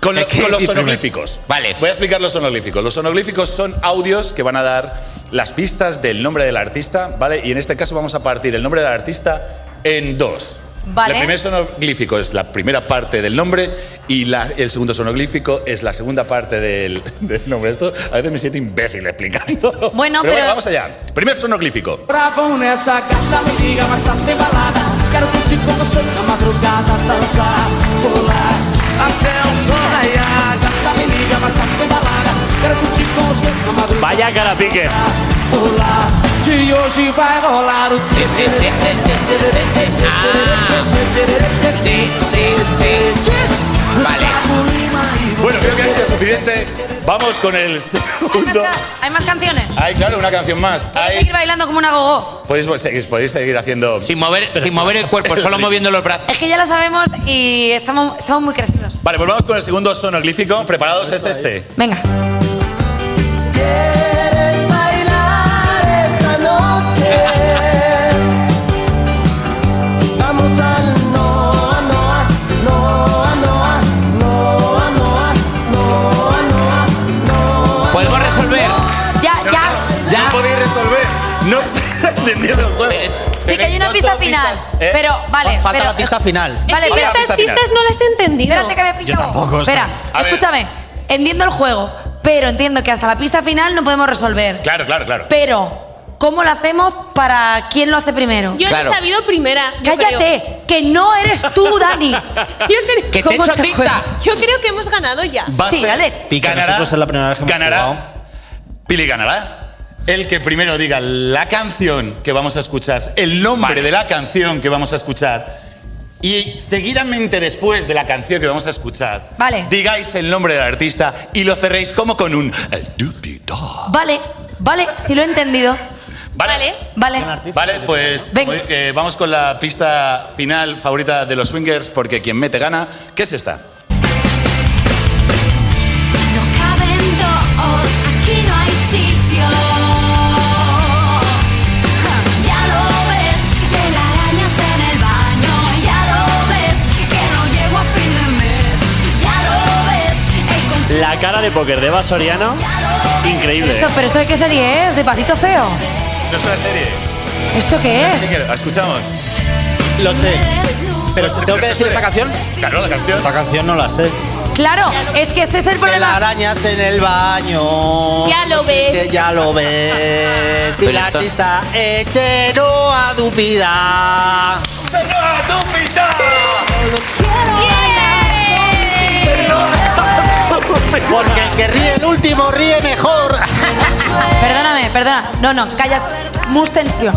M: Con, lo- con los sonolíficos. Vale. Voy a explicar los sonolíficos. Los sonolíficos son audios que van a dar las pistas del nombre del artista, ¿vale? Y en este caso vamos a partir el nombre del artista en dos.
C: Vale.
M: El primer sonoglífico es la primera parte del nombre y la- el segundo sonoglífico es la segunda parte del, del nombre. Esto a veces me siento imbécil explicando.
C: Bueno, pero-
M: vamos allá. Primer sonoglífico.
O: Bravo nessa gata, me liga, mas tá de balada. Quero curtir com você na madrugada, dançar, pular até o sol raiar. Gata, me liga, mas tá de balada. Quero curtir com você na madrugada.
G: Vaya cara pique.
O: pular que hoje vai rolar o tchê tchê tchê tchê tchê tchê tchê tchê tchê tchê tchê tchê tchê tchê tchê
M: Bueno, creo que esto es suficiente. Vamos con el
C: ¿Hay más,
M: segundo.
C: ca- hay más canciones?
M: Hay, claro, una canción más.
C: Voy a
M: Hay-
C: seguir bailando como una gogo.
M: podéis, pues, seguir, podéis seguir haciendo. Sin mover,
D: sin mover el cuerpo, solo moviendo
M: los brazos.
C: Es que ya la sabemos y estamos, estamos muy crecidos.
M: Vale, pues vamos con el segundo sonoglífico. ¿Preparados es este?
C: Venga.
O: bailar esta noche. Vamos al Noa, Noa, Noa, Noa, Noa, Noa, Noa, Noa, Noa.
D: ¿Podemos Pues resolver?
C: Ya, ya.
M: Ya. No podéis resolver. No estáis entendiendo el juego.
C: Sí, que hay una pista final.
J: ¿eh?
C: Pero, vale.
J: Falta
C: pero,
J: la pista final.
C: Vale,
J: Falta
C: pero
J: la pista
C: estas
J: final.
C: pistas no las he entendido. Espérate que me pillo.
J: Yo tampoco, o sea.
C: Espera,
J: A ver.
C: escúchame. Entiendo el juego, pero entiendo que hasta la pista final no podemos resolver.
M: Claro, claro, claro.
C: Pero, ¿cómo lo hacemos para quién lo hace primero?
T: Yo
C: he
T: he sabido primera. yo
C: Cállate, que no eres tú, Dani.
T: creo. Yo creo-
C: Que te ¿Cómo echo se tinta. juega?
T: Yo creo que hemos ganado ya.
M: Basta.
J: Pica,
M: ganará,
J: nosotros es la primera vez que hemos jugado.
M: ganará. Pili ganará. El que primero diga la canción que vamos a escuchar, el nombre de la canción que vamos a escuchar, y seguidamente después de la canción que vamos a escuchar,
C: Vale.
M: digáis el nombre del artista y lo cerréis como con un. eh, du-
C: Vale, vale, si lo he entendido.
M: Vale.
C: Vale.
M: Vale, pues muy- eh, vamos con la pista final favorita de los swingers, porque quien mete gana. ¿Qué es esta?
O: Caben dos, aquí no hay sitio. Ya lo ves, telarañas en el baño. Ya lo ves, que no llego a fin de mes. Ya lo ves, el consumo.
G: La cara de póker de Eva Soriano, increíble.
C: Esto, pero esto de qué serie es? De Patito Feo.
M: Nuestra serie.
C: ¿Esto qué es?
M: ¿La escuchamos?
J: Lo sé. Pero tengo que decir esta canción.
M: Claro, la canción.
J: Esta canción no la sé.
C: Claro, es que este es el problema.
J: arañas en el baño.
T: Ya lo ves.
J: Que ya lo ves. Y
D: Pero
J: la
D: esto-
J: artista Echeroa Dupida. Porque el que ríe el último ríe mejor.
C: Perdóname, perdona. No, no, calla. Mus tensión.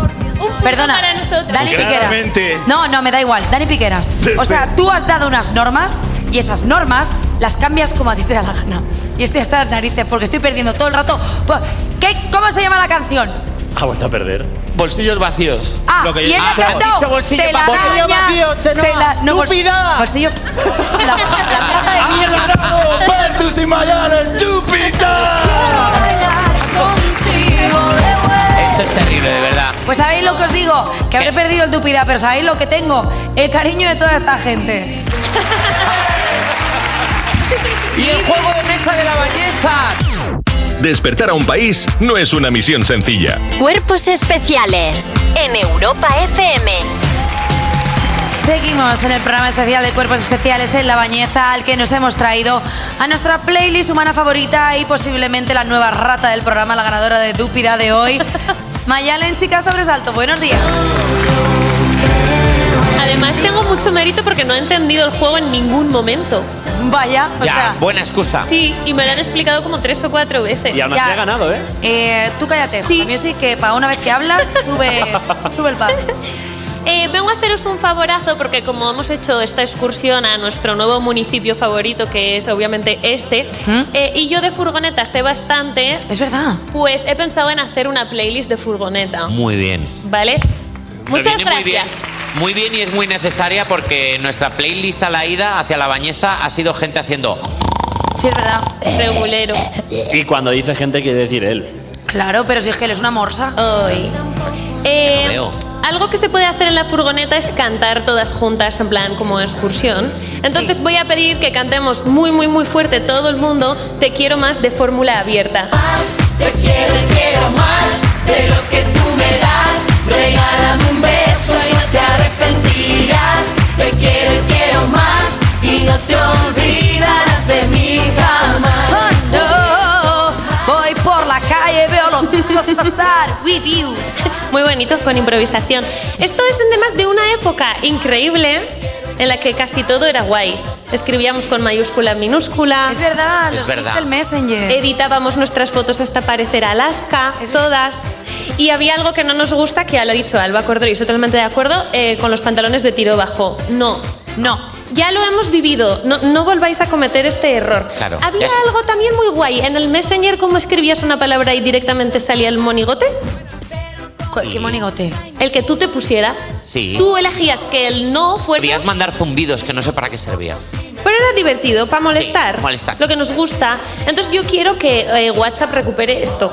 C: Perdona.
T: para nosotros.
C: Dani Piqueras.
M: Claramente.
C: No, no, me da igual. Dani Piqueras. O sea, tú has dado unas normas y esas normas las cambias como a ti te da la gana. Y estoy hasta las narices porque estoy perdiendo todo el rato. Pues, ¿Qué? ¿Cómo se llama la canción?
G: Ha vuelto Ah, a perder.
D: Bolsillos vacíos.
C: Ah, y él ha cantado. Te la
J: Bolsillo vacío, Chenoa.
C: no, bols-
J: Dúpida.
C: Bolsillo. La, la rata de mierda.
M: ¡Bertus y Mayalen, Júpiter!
O: Quiero bailar contigo
D: Esto es terrible, de verdad.
C: Pues sabéis lo que os digo, que habré perdido el Dupida, pero sabéis lo que tengo, el cariño de toda esta gente.
D: Y el juego de mesa de la bañeza.
R: Despertar a un país no es una misión sencilla.
B: Cuerpos especiales en Europa FM.
C: Seguimos en el programa especial de Cuerpos Especiales en La Bañeza, al que nos hemos traído a nuestra playlist humana favorita y posiblemente la nueva rata del programa, la ganadora de Dúpida de hoy. Mayalen, chica sobresalto, buenos días.
T: Además, tengo mucho mérito porque no he entendido el juego en ningún momento.
C: Vaya,
D: Ya, buena excusa.
T: Sí, y me lo han explicado como tres o cuatro veces.
D: Y aún así Ya. ha ganado, ¿eh?
C: Eh, tú cállate, sí. Music, que para una vez que hablas, sube, sube el pan.
T: Eh, vengo a haceros un favorazo porque como hemos hecho esta excursión a nuestro nuevo municipio favorito, que es obviamente este, eh, y yo de furgoneta sé bastante,
C: ¿Mm? Es verdad.
T: pues he pensado en hacer una playlist de furgoneta,
D: Muy bien.
T: ¿vale? Muchas
D: viene muy bien.
T: gracias.
D: Muy bien y es muy necesaria porque nuestra playlist a la ida hacia la bañeza ha sido gente haciendo...
C: Sí, es verdad.
T: Regulero.
G: Y cuando dice gente quiere decir él.
C: Claro, pero si es que él es una morsa.
T: Hoy. Eh, algo que se puede hacer en la furgoneta es cantar todas juntas en plan como excursión. Entonces voy a pedir que cantemos muy muy muy fuerte todo el mundo Te quiero más de fórmula abierta.
O: Te quiero, quiero más de lo que tú me das. Regálame un beso y no te arrepentirás. Te quiero, quiero más y no te olvidarás de mí jamás.
C: Oh, no. Voy por la calle, veo los tipos pasar. With you.
T: Muy bonito con improvisación. Esto es además de una época increíble en la que casi todo era guay. Escribíamos con mayúscula, minúscula.
C: Es verdad,
D: Es los verdad. Pixel
C: Messenger.
T: Editábamos nuestras fotos hasta parecer Alaska, todas. Y había algo que no nos gusta, que ya lo ha dicho Alba Cordero, y estoy totalmente de acuerdo, eh, con los pantalones de tiro bajo. No, no. Ya lo hemos vivido, no, no volváis a cometer este error.
D: Claro, ya
T: Había
D: es-
T: algo también muy guay. En el Messenger, ¿cómo escribías una palabra y directamente salía el monigote?
C: ¿Qué monigote?
T: El que tú te pusieras.
D: Sí.
T: Tú elegías que el no fuese,
D: Podías mandar zumbidos que no sé para qué servía.
T: pero era divertido, para molestar,
D: molestar.
T: lo que nos gusta. Entonces yo quiero que eh, WhatsApp recupere esto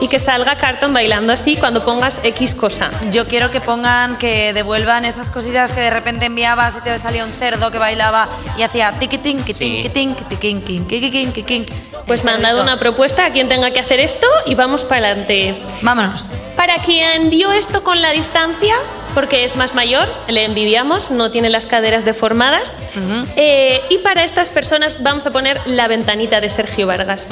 T: y que salga Carton bailando así cuando pongas X cosa.
C: Yo quiero que pongan, que devuelvan esas cositas que de repente enviabas y te salía un cerdo que bailaba y hacía tiquitín, quitín, quitín, quitín, quitín, quitín, quitín.
T: Pues me han dado una propuesta a quien tenga que hacer esto y vamos para adelante.
C: Vámonos.
T: Para quien vio esto con la distancia, porque es más mayor, le envidiamos, no tiene las caderas deformadas. Eh, y para estas personas vamos a poner la ventanita de Sergio Vargas.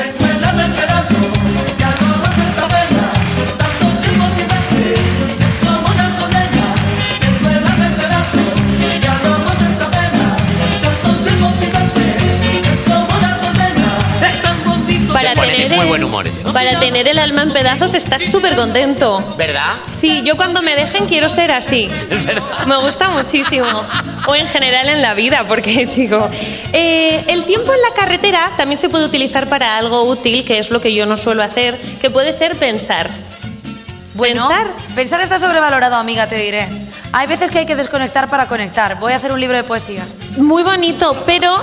T: Para
D: Pone
T: tener,
D: de muy
T: el-
D: buen humor esto.
T: para tener el alma en pedazos estás súper contento.
D: ¿Verdad?
T: Sí, yo cuando me dejen quiero ser así. Me gusta muchísimo. O en general en la vida, porque, chico. eh, el tiempo en la carretera también se puede utilizar para algo útil, que es lo que yo no suelo hacer, que puede ser pensar.
C: Bueno,
T: Pensar.
C: pensar está sobrevalorado, amiga, te diré. Hay veces que hay que desconectar para conectar. Voy a hacer un libro de poesías.
T: Muy bonito, pero.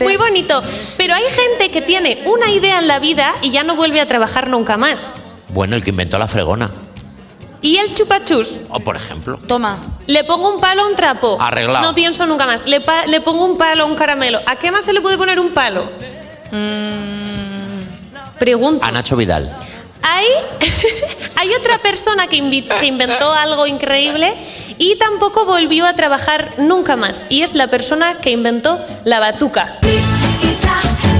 T: Muy bonito. Pero hay gente que tiene una idea en la vida y ya no vuelve a trabajar nunca más.
D: Bueno, el que inventó la fregona.
T: Y el chupachus.
D: O por ejemplo.
C: Toma.
T: Le pongo un palo a un trapo.
D: Arreglado.
T: No pienso nunca más. Le, pa- le pongo un palo a un caramelo. ¿A qué más se le puede poner un palo? Pregunta.
D: A Nacho Vidal.
T: Hay, hay otra persona que, invi- que inventó algo increíble y tampoco volvió a trabajar nunca más. Y es la persona que inventó la batuca. Eh.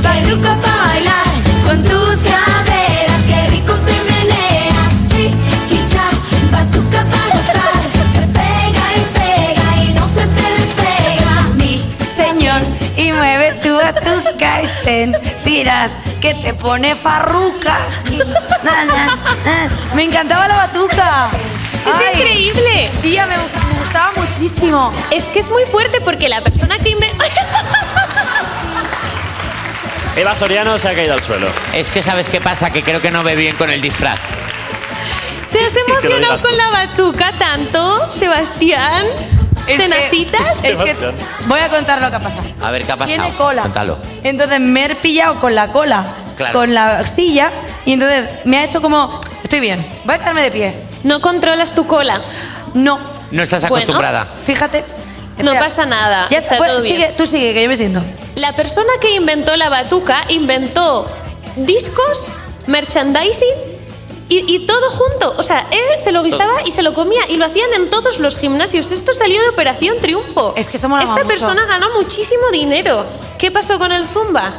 O: Bailuco pa' bailar con tus caderas, qué rico te meneas, chiquicha, batuca pa' gozar, se pega y pega y no se te despega.
C: Mi señor, y mueve tu batuca y sentirás que te pone farruca. Na, na, na. Me encantaba la batuca.
T: Es increíble.
C: Tía, me, me gustaba muchísimo.
T: Es que es muy fuerte porque la persona que inventó...
G: Eva Soriano se ha caído al suelo.
D: Es que sabes qué pasa, que creo que no ve bien con el disfraz.
T: ¿Te has emocionado
D: digas tú.
T: con la batuca tanto, Sebastián?
C: Es que-
T: ¿Tenacitas?
C: es que- voy a contar lo que ha pasado.
D: A ver qué ha pasado.
C: Tiene cola.
D: Cuéntalo.
C: Entonces me he pillado con la cola,
D: Claro.
C: con la silla, y entonces me ha hecho como. Estoy bien. Voy a quedarme de pie.
T: No controlas tu cola.
C: No.
D: No estás
T: Bueno.
D: acostumbrada.
C: Fíjate.
T: No
C: Espera.
T: pasa nada.
C: Ya está,
T: Está
C: pues,
T: todo bien.
C: sigue, tú sigue, que yo me siento.
T: La persona que inventó la batuca inventó discos, merchandising y, y todo junto. O sea, él se lo guisaba y se lo comía y lo hacían en todos los gimnasios. Esto salió de Operación Triunfo. Es que
C: molaba
T: Esta
C: mucho.
T: persona ganó muchísimo dinero. ¿Qué pasó con el Zumba?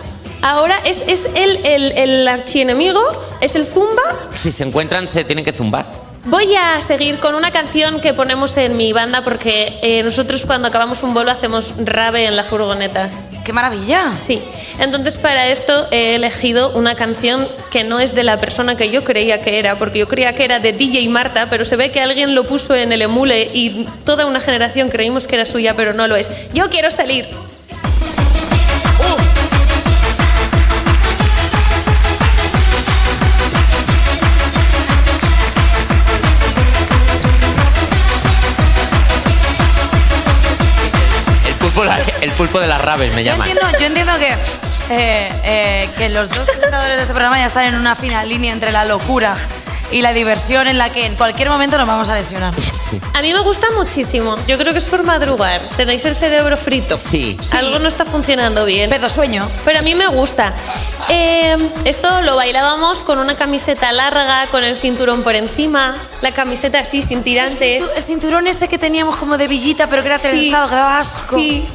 T: Ahora es, es el, el, el archienemigo, es el Zumba.
D: Si se encuentran, se tienen que zumbar.
T: Voy a seguir con una canción que ponemos en mi banda porque eh, nosotros cuando acabamos un bolo hacemos rave en la furgoneta.
C: ¡Qué maravilla!
T: Sí. Entonces para esto he elegido una canción que no es de la persona que yo creía que era, porque yo creía que era de DJ Marta, pero se ve que alguien lo puso en el emule y toda una generación creímos que era suya, pero no lo es. Yo quiero salir.
D: El pulpo, la- el pulpo de las rabes me
C: Yo
D: llaman.
C: entiendo, yo entiendo que, eh, eh, que los dos presentadores de este programa ya están en una fina línea entre la locura y la diversión en la que en cualquier momento nos vamos a lesionar.
T: A mí me gusta muchísimo. Yo creo que es por madrugar. Tenéis el cerebro frito.
D: Sí.
T: Algo no está funcionando bien.
C: Pedo sueño.
T: Pero a mí me gusta. Eh, esto lo bailábamos con una camiseta larga, con el cinturón por encima, la camiseta así, sin tirantes.
C: El cinturón ese que teníamos como de villita, pero que era trenzado, que daba asco.
T: Sí.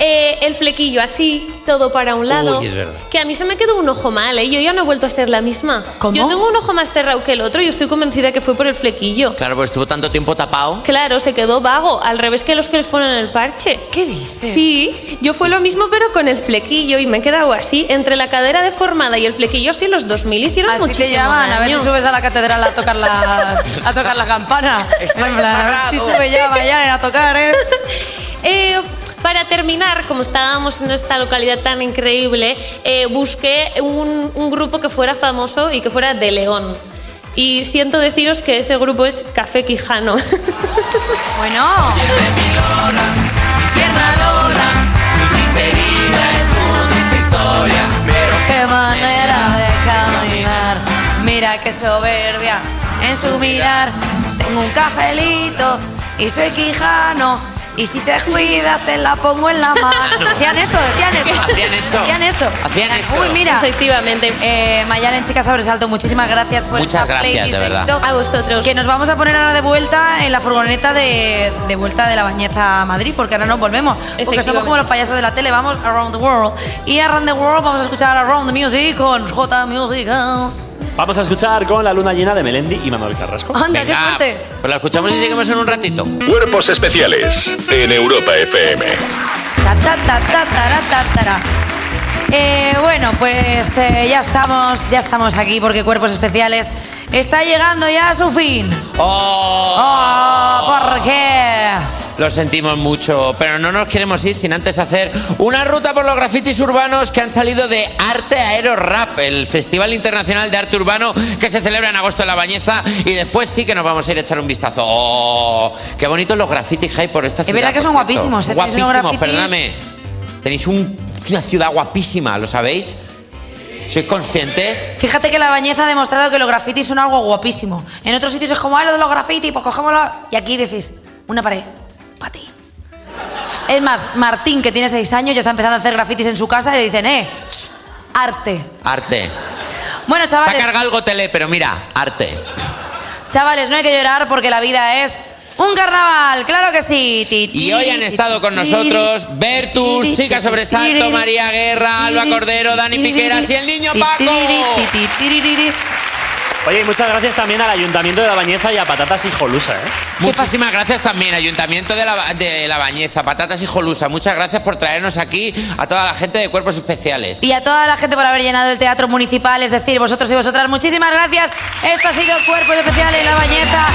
T: Eh, el flequillo así, todo para un lado.
D: Uy, es verdad.
T: Que a mí se me quedó un ojo mal, ¿eh? Yo ya no he vuelto a ser la misma. Yo tengo un ojo más cerrado que el otro y estoy convencida que fue por el flequillo.
D: Claro, pues estuvo tanto tiempo tapado.
T: Claro, se quedó vago, al revés que los que les ponen el parche.
C: ¿Qué dices?
T: Sí, yo fue lo mismo pero con el flequillo y me he quedado así, entre la cadera deformada y el flequillo, sí, los 2000 hicieron
C: Así
T: muchísimo
C: te llaman, a ver si
T: daño.
C: subes a la catedral a tocar la, a tocar la campana. En plan, a ver si sube ya Magallanes a tocar, ¿eh?
T: Eh, para terminar, como estábamos en esta localidad tan increíble, eh, busqué un, un grupo que fuera famoso y que fuera de León. Y siento deciros que ese grupo es Café Quijano.
C: Bueno. Qué manera de caminar, mira qué soberbia en su mirar. Tengo un cafelito y soy quijano. Y si te cuidas, te la pongo en la mano. Decían eso, decían eso.
D: Hacían esto.
C: Decían eso.
D: Hacían esto.
C: Uy, mira.
T: Efectivamente.
C: Eh, Mayalen, chicas, sobresalto. Muchísimas gracias por
D: Muchas
C: esta
D: gracias,
C: playlist
D: de verdad.
C: éxito.
T: A vosotros.
C: Que nos vamos a poner ahora de vuelta en la furgoneta de, de vuelta de la Bañeza a Madrid, porque ahora nos volvemos. Porque somos
T: Efectivamente.
C: como los payasos de la tele, vamos around the world. Y around the world vamos a escuchar around the music con J Musical.
G: Vamos a escuchar con la luna llena de Melendi y Manuel Carrasco.
C: Anda, qué suerte.
D: Pues la escuchamos y seguimos en un ratito.
R: Cuerpos especiales en Europa FM.
C: Ta, ta, ta, ta, tara, ta, tara. Eh, bueno, pues eh, ya estamos, ya estamos aquí porque Cuerpos Especiales está llegando ya a su fin. Oh, ¿por qué?
D: Lo sentimos mucho, pero no nos queremos ir sin antes hacer una ruta por los grafitis urbanos que han salido de Arte Aero Rap, el Festival Internacional de Arte Urbano que se celebra en agosto en La Bañeza y después sí que nos vamos a ir a echar un vistazo. ¡Oh! ¡Qué bonitos los grafitis que hay por esta ciudad!
C: verdad que
D: por
C: son
D: cierto.
C: guapísimos, ¿eh? Tenéis unos
D: Guapísimos,
C: grafitis-
D: perdóname. Tenéis un- una ciudad guapísima, ¿lo sabéis? ¿Sois conscientes?
C: Fíjate que la bañeza ha demostrado que los grafitis son algo guapísimo. En otros sitios es como, ah, lo de los grafitis, pues cogémoslo. Y aquí decís, una pared, para ti. Es más, Martín, que tiene seis años, ya está empezando a hacer grafitis en su casa y le dicen, eh, arte.
D: Arte.
C: Bueno,
D: Se ha
C: chavales,
D: cargado algo tele, pero mira, arte.
C: chavales, no hay que llorar porque la vida es un carnaval, claro que sí. Ti, ti,
D: Y hoy han
C: ti,
D: estado con
C: ti, ti,
D: nosotros
C: ti,
D: Bertus,
C: ti,
D: Chica
C: ti,
D: Sobresalto,
C: ti,
D: María
C: ti,
D: Guerra,
C: ti,
D: Alba
C: ti,
D: Cordero,
C: ti,
D: Dani
C: ti, ti,
D: Piqueras y el niño
C: ti,
D: Paco.
C: ti, ti, ti, ti, ti, ti, ti.
G: Oye, y muchas gracias también al Ayuntamiento de La Bañeza y a Patatas y Jolusa, ¿eh?
D: Muchísimas gracias también, Ayuntamiento de la, Ba- de la Bañeza, Patatas y Jolusa. Muchas gracias por traernos aquí a toda la gente de Cuerpos Especiales.
C: Y a toda la gente por haber llenado el teatro municipal, es decir, vosotros y vosotras, muchísimas gracias. Esto ha sido Cuerpos Especiales La Bañeza.